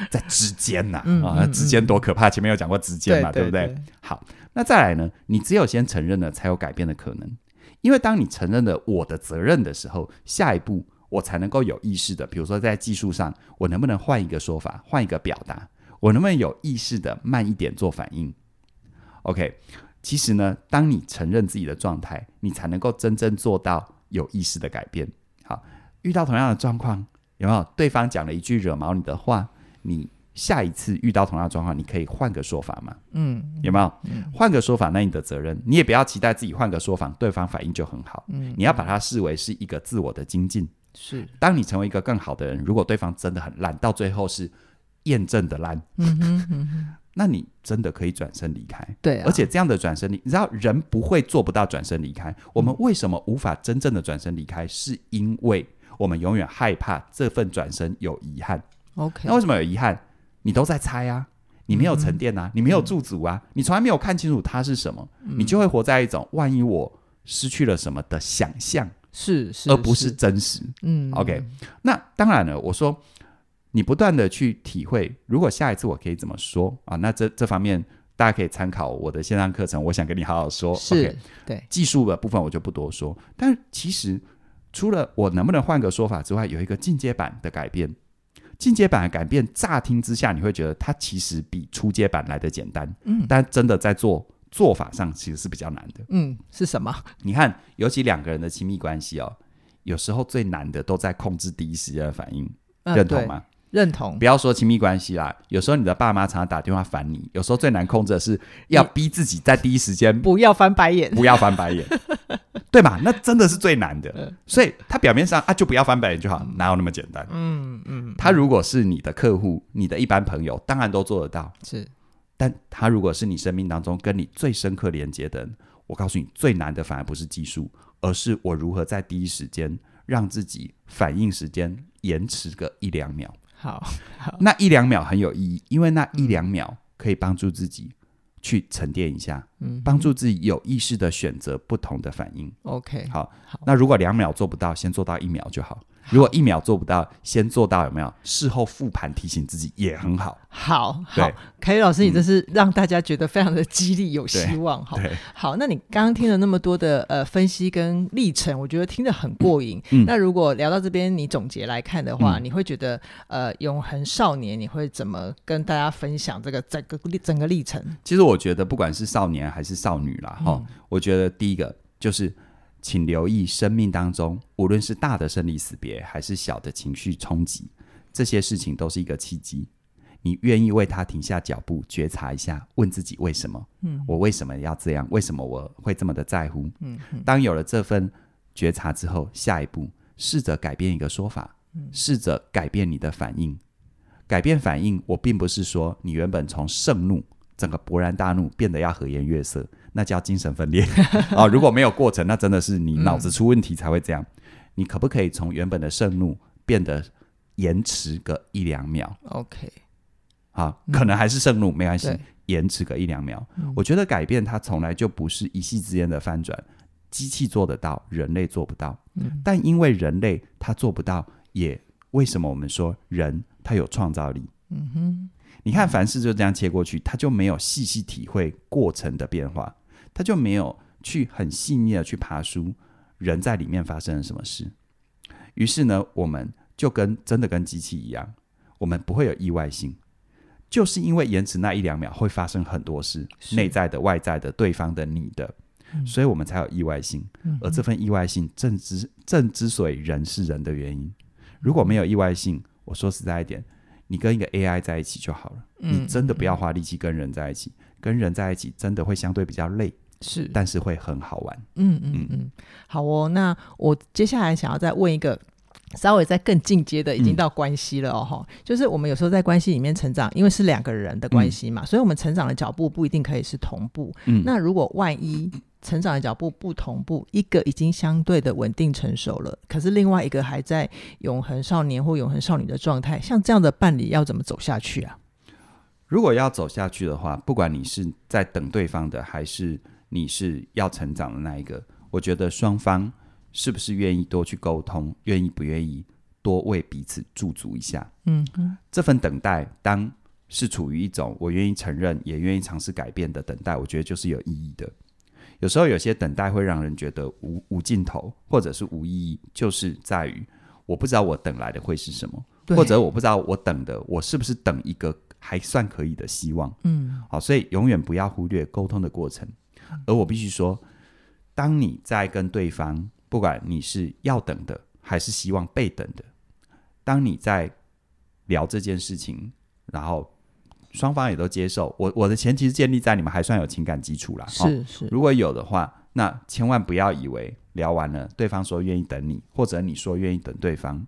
[SPEAKER 2] 在之间呐
[SPEAKER 1] 嗯
[SPEAKER 2] 啊，
[SPEAKER 1] 嗯
[SPEAKER 2] 之间多可怕！前面有讲过之间嘛，对
[SPEAKER 1] 对
[SPEAKER 2] 不对？？好，那再来呢？你只有先承认了，才有改变的可能。因为当你承认了我的责任的时候，下一步我才能够有意识的，比如说在技术上，我能不能换一个说法，换一个表达？我能不能有意识的慢一点做反应？OK，其实呢，当你承认自己的状态，你才能够真正做到有意识的改变。好，遇到同样的状况，有没有对方讲了一句惹毛你的话？你下一次遇到同样的状况，你可以换个说法吗？
[SPEAKER 1] 嗯
[SPEAKER 2] 有没有？换个说法，那你的责任，你也不要期待自己换个说法，对方反应就很好。
[SPEAKER 1] 嗯，
[SPEAKER 2] 你要把它视为是一个自我的精进。
[SPEAKER 1] 是，
[SPEAKER 2] 当你成为一个更好的人，如果对方真的很烂，到最后是验证的烂，
[SPEAKER 1] 嗯哼嗯哼，
[SPEAKER 2] 那你真的可以转身离开。
[SPEAKER 1] 对啊，
[SPEAKER 2] 而且这样的转身离，你知道人不会做不到转身离开。我们为什么无法真正的转身离开？是因为我们永远害怕这份转身有遗憾。
[SPEAKER 1] OK，
[SPEAKER 2] 那为什么有遗憾？你都在猜啊，你没有沉淀
[SPEAKER 1] 嗯
[SPEAKER 2] 啊，你没有驻足啊，你从来没有看清楚它是什么，你就会活在一种万一我失去了什么的想象，
[SPEAKER 1] 是是，
[SPEAKER 2] 而不是真实。
[SPEAKER 1] 嗯
[SPEAKER 2] OK 那当然了，我说你不断的去体会，如果下一次我可以怎么说啊？那这这方面大家可以参考我的线上课程，我想跟你好好说。
[SPEAKER 1] 是
[SPEAKER 2] OK，
[SPEAKER 1] 对，
[SPEAKER 2] 技术的部分我就不多说，但其实除了我能不能换个说法之外，有一个进阶版的改变。进阶版的改变，乍听之下你会觉得它其实比初阶版来的简单，
[SPEAKER 1] 嗯
[SPEAKER 2] 但真的在做做法上其实是比较难的。
[SPEAKER 1] 嗯，是什么？
[SPEAKER 2] 你看，尤其两个人的亲密关系哦，有时候最难的都在控制第一时间的反应，
[SPEAKER 1] 嗯
[SPEAKER 2] 认同
[SPEAKER 1] 对
[SPEAKER 2] 吗？
[SPEAKER 1] 认同
[SPEAKER 2] 不，要说亲密关系啦，有时候你的爸妈常常打电话烦你，有时候最难控制的是要逼自己在第一时间
[SPEAKER 1] 不要翻白 眼，
[SPEAKER 2] 不要翻白眼，对吧？那真的是最难的
[SPEAKER 1] 嗯。
[SPEAKER 2] 所以他表面上啊就不要翻白眼就好，哪有那么简单？
[SPEAKER 1] 嗯嗯，
[SPEAKER 2] 他如果是你的客户、你的一般朋友，当然都做得到。
[SPEAKER 1] 是
[SPEAKER 2] 但他如果是你生命当中跟你最深刻连接的人，我告诉你，最难的反而不是技术，而是我如何在第一时间让自己反应时间延迟个一两秒。
[SPEAKER 1] 好，嗯
[SPEAKER 2] 那一两秒很有意义，因为那一两秒可以帮助自己去沉淀一下，
[SPEAKER 1] 嗯，
[SPEAKER 2] 帮助自己有意识的选择不同的反应。
[SPEAKER 1] OK，
[SPEAKER 2] 好
[SPEAKER 1] 好，
[SPEAKER 2] 那如果两秒做不到，先做到一秒就好；如果一秒做不到，先做到有没有？事后复盘提醒自己也很好。
[SPEAKER 1] 好好
[SPEAKER 2] 对，
[SPEAKER 1] 凯宇老师，你
[SPEAKER 2] 嗯
[SPEAKER 1] 真是让大家觉得非常的激励，有希
[SPEAKER 2] 对
[SPEAKER 1] 望哈。
[SPEAKER 2] 对，
[SPEAKER 1] 好，那你刚刚听了那么多的呃分析跟历程，我觉得听得很过瘾。
[SPEAKER 2] 嗯
[SPEAKER 1] 那如果聊到这边，你总结来看的话，你会觉得呃，永恒少年你会怎么跟大家分享这个整个历整个历程？
[SPEAKER 2] 其实我觉得不管是少年还是少女啦，
[SPEAKER 1] 嗯
[SPEAKER 2] 哈、我觉得第一个就是。请留意生命当中，无论是大的生离死别，还是小的情绪冲击，这些事情都是一个契机。你愿意为他停下脚步，觉察一下，问自己为什么？嗯，我为什么要这样？为什么我会这么的在乎？嗯，当有了这份觉察之后，下一步试着改变一个说法，试着改变你的反应。改变反应，我并不是说你原本从盛怒整个勃然大怒变得要和颜悦色，那叫精神分 裂啊、如果没有过程，那真的是你脑子出问题才会这样。你可不可以从原本的盛怒变得延迟个一两秒？
[SPEAKER 1] OK，
[SPEAKER 2] 啊，可能还是盛怒，没关系
[SPEAKER 1] 对，
[SPEAKER 2] 延迟个一两秒。我觉得改变它从来就不是一夕之间的翻转，机器做得到，人类做不到。但因为人类他做不到，也为什么我们说人他有创造力？嗯哼，你看凡事就这样切过去，他就没有细细体会过程的变化，他就没有去很细腻的去爬书人在里面发生了什么事。于是呢，我们就跟真的跟机器一样，我们不会有意外性。就是因为延迟那一两秒会发生很多事，
[SPEAKER 1] 是
[SPEAKER 2] 内在的、外在的、对方的、你的，所以我们才有意外性。而这份意外性正之正之所以人是人的原因，如果没有意外性，我说实在一点，你跟一个 AI 在一起就好了，
[SPEAKER 1] 嗯
[SPEAKER 2] 你真的不要花力气跟人在一起，跟人在一起真的会相对比较累，
[SPEAKER 1] 是
[SPEAKER 2] 但是会很好玩。
[SPEAKER 1] 嗯嗯嗯，好哦。那我接下来想要再问一个。稍微再更进阶的，已经
[SPEAKER 2] 嗯
[SPEAKER 1] 到关系了哦，哈、就是我们有时候在关系里面成长，因为是两个人的关系嘛，所以我们成长的脚步不一定可以是同步。
[SPEAKER 2] 嗯
[SPEAKER 1] 那如果万一成长的脚步不同步，一个已经相对的稳定成熟了，可是另外一个还在永恒少年或永恒少女的状态，像这样的伴侣要怎么走下去啊？
[SPEAKER 2] 如果要走下去的话，不管你是在等对方的，还是你是要成长的那一个，我觉得双方是不是愿意多去沟通，愿意不愿意多为彼此驻足一下？
[SPEAKER 1] 嗯哼
[SPEAKER 2] 这份等待，当是处于一种我愿意承认，也愿意尝试改变的等待，我觉得就是有意义的。有时候有些等待会让人觉得无无尽头，或者是无意义，就是在于我不知道我等来的会是什么，
[SPEAKER 1] 对
[SPEAKER 2] 或者我不知道我等的我是不是等一个还算可以的希望。
[SPEAKER 1] 嗯
[SPEAKER 2] 好，所以永远不要忽略沟通的过程。而我必须说，当你在跟对方，不管你是要等的还是希望被等的，当你在聊这件事情，然后双方也都接受，我我的前提是建立在你们还算有情感基础啦。哦
[SPEAKER 1] 是是，
[SPEAKER 2] 如果有的话，那千万不要以为聊完了，对方说愿意等你，或者你说愿意等对方，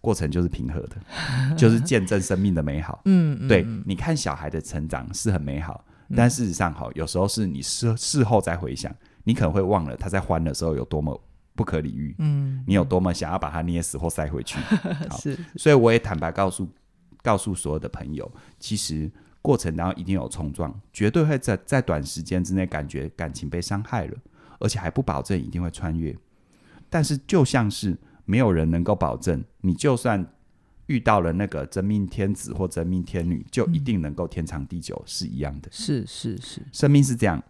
[SPEAKER 2] 过程就是平和的， 就是见证生命的美好。
[SPEAKER 1] 嗯嗯
[SPEAKER 2] 对，你看小孩的成长是很美好，但事实上哈，有时候是你事事后再回想，你可能会忘了他在欢的时候有多么不可理喻，
[SPEAKER 1] 嗯
[SPEAKER 2] 你有多么想要把他捏死或塞回去。好
[SPEAKER 1] 是
[SPEAKER 2] 所以我也坦白告诉告诉所有的朋友，其实过程当中一定有冲撞，绝对会在在短时间之内感觉感情被伤害了，而且还不保证一定会穿越。但是就像是没有人能够保证，你就算遇到了那个真命天子或真命天女，就一定能够天长地久是一样的。
[SPEAKER 1] 是是是，
[SPEAKER 2] 生命是这样，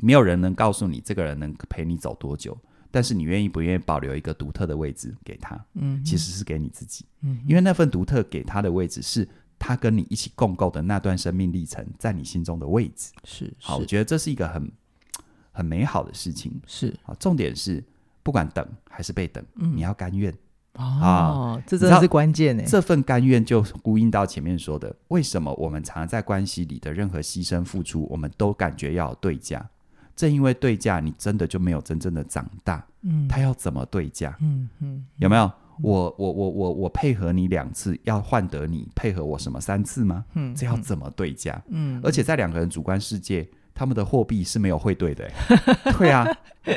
[SPEAKER 2] 没有人能告诉你这个人能陪你走多久，但是你愿意不愿意保留一个独特的位置给他，
[SPEAKER 1] 嗯
[SPEAKER 2] 其实是给你自己。
[SPEAKER 1] 嗯
[SPEAKER 2] 因为那份独特给他的位置是他跟你一起共构的那段生命历程，在你心中的位置。
[SPEAKER 1] 是
[SPEAKER 2] 好，我
[SPEAKER 1] 是
[SPEAKER 2] 觉得这是一个很很美好的事情。
[SPEAKER 1] 是
[SPEAKER 2] 好，重点是不管等还是被等，
[SPEAKER 1] 嗯
[SPEAKER 2] 你要甘愿。
[SPEAKER 1] 哦，这真
[SPEAKER 2] 你知
[SPEAKER 1] 的
[SPEAKER 2] 道
[SPEAKER 1] 是关键呢。
[SPEAKER 2] 这份甘愿就呼应到前面说的，为什么我们常常在关系里的任何牺牲付出，我们都感觉要有对价。正因为对价，你真的就没有真正的长大。
[SPEAKER 1] 嗯
[SPEAKER 2] 他要怎么对价？
[SPEAKER 1] 嗯嗯
[SPEAKER 2] 有没有？我我我我我配合你两次，要换得你配合我什么三次吗？
[SPEAKER 1] 嗯
[SPEAKER 2] 这要怎么对价？
[SPEAKER 1] 嗯，
[SPEAKER 2] 而且在两个人主观世界，他们的货币是没有汇兑的、 欸对啊，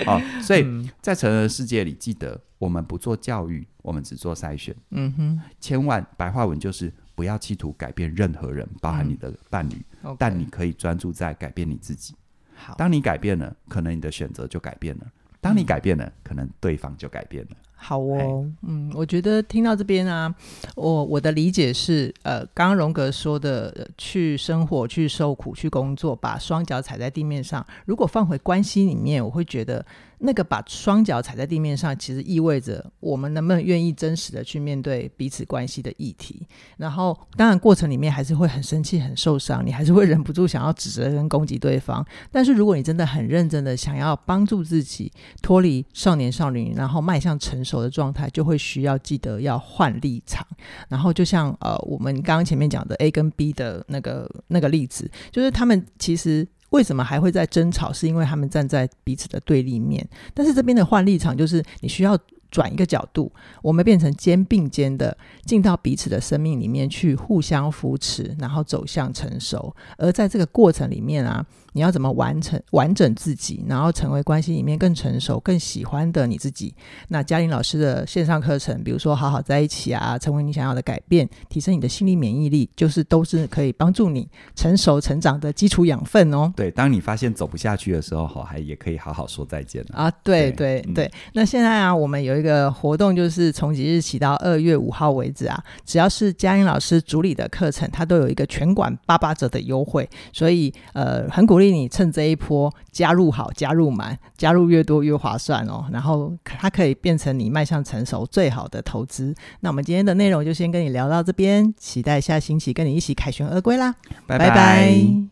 [SPEAKER 2] 啊、所以
[SPEAKER 1] 嗯
[SPEAKER 2] 在成人的世界里，记得我们不做教育，我们只做筛选。
[SPEAKER 1] 嗯哼
[SPEAKER 2] 千万白话文就是不要企图改变任何人，包含你的伴侣，
[SPEAKER 1] 嗯，OK，
[SPEAKER 2] 但你可以专注在改变你自己。
[SPEAKER 1] 好，
[SPEAKER 2] 当你改变了，可能你的选择就改变了。当你
[SPEAKER 1] 嗯
[SPEAKER 2] 改变了，可能对方就改变了。
[SPEAKER 1] 好哦，嗯，我觉得听到这边啊，我我的理解是，呃，刚刚荣格说的，呃去生活、去受苦、去工作，把双脚踩在地面上。如果放回关系里面，我会觉得那个把双脚踩在地面上，其实意味着我们能不能愿意真实的去面对彼此关系的议题。然后，当然过程里面还是会很生气、很受伤，你还是会忍不住想要指责跟攻击对方。但是，如果你真的很认真的想要帮助自己，脱离少年少女，然后迈向成熟的状态，就会需要记得要换立场。然后就像呃，我们刚刚前面讲的 A 跟 B 的那个那个例子，就是他们其实。为什么还会在争吵？是因为他们站在彼此的对立面。但是这边的换立场就是你需要转一个角度，我们变成肩并肩的进到彼此的生命里面去，互相扶持，然后走向成熟。而在这个过程里面啊，你要怎么完成完整自己，然后成为关系里面更成熟、更喜欢的你自己。那嘉玲老师的线上课程，比如说好好在一起啊，成为你想要的改变，提升你的心理免疫力，就是都是可以帮助你成熟成长的基础养分哦。
[SPEAKER 2] 对，当你发现走不下去的时候，哈，还也可以好好说再见了。
[SPEAKER 1] 啊，对
[SPEAKER 2] 对
[SPEAKER 1] 对
[SPEAKER 2] 嗯
[SPEAKER 1] 对、那现在啊，我们有一个活动，就是从即日起到二月五号为止啊，只要是嘉音老师主理的课程，它都有一个全馆八八折的优惠，所以呃，很鼓励你趁这一波加入好，加入满，加入越多越划算哦。然后它可以变成你迈向成熟最好的投资。那我们今天的内容就先跟你聊到这边，期待下星期跟你一起凯旋而归啦，拜
[SPEAKER 2] 拜
[SPEAKER 1] 拜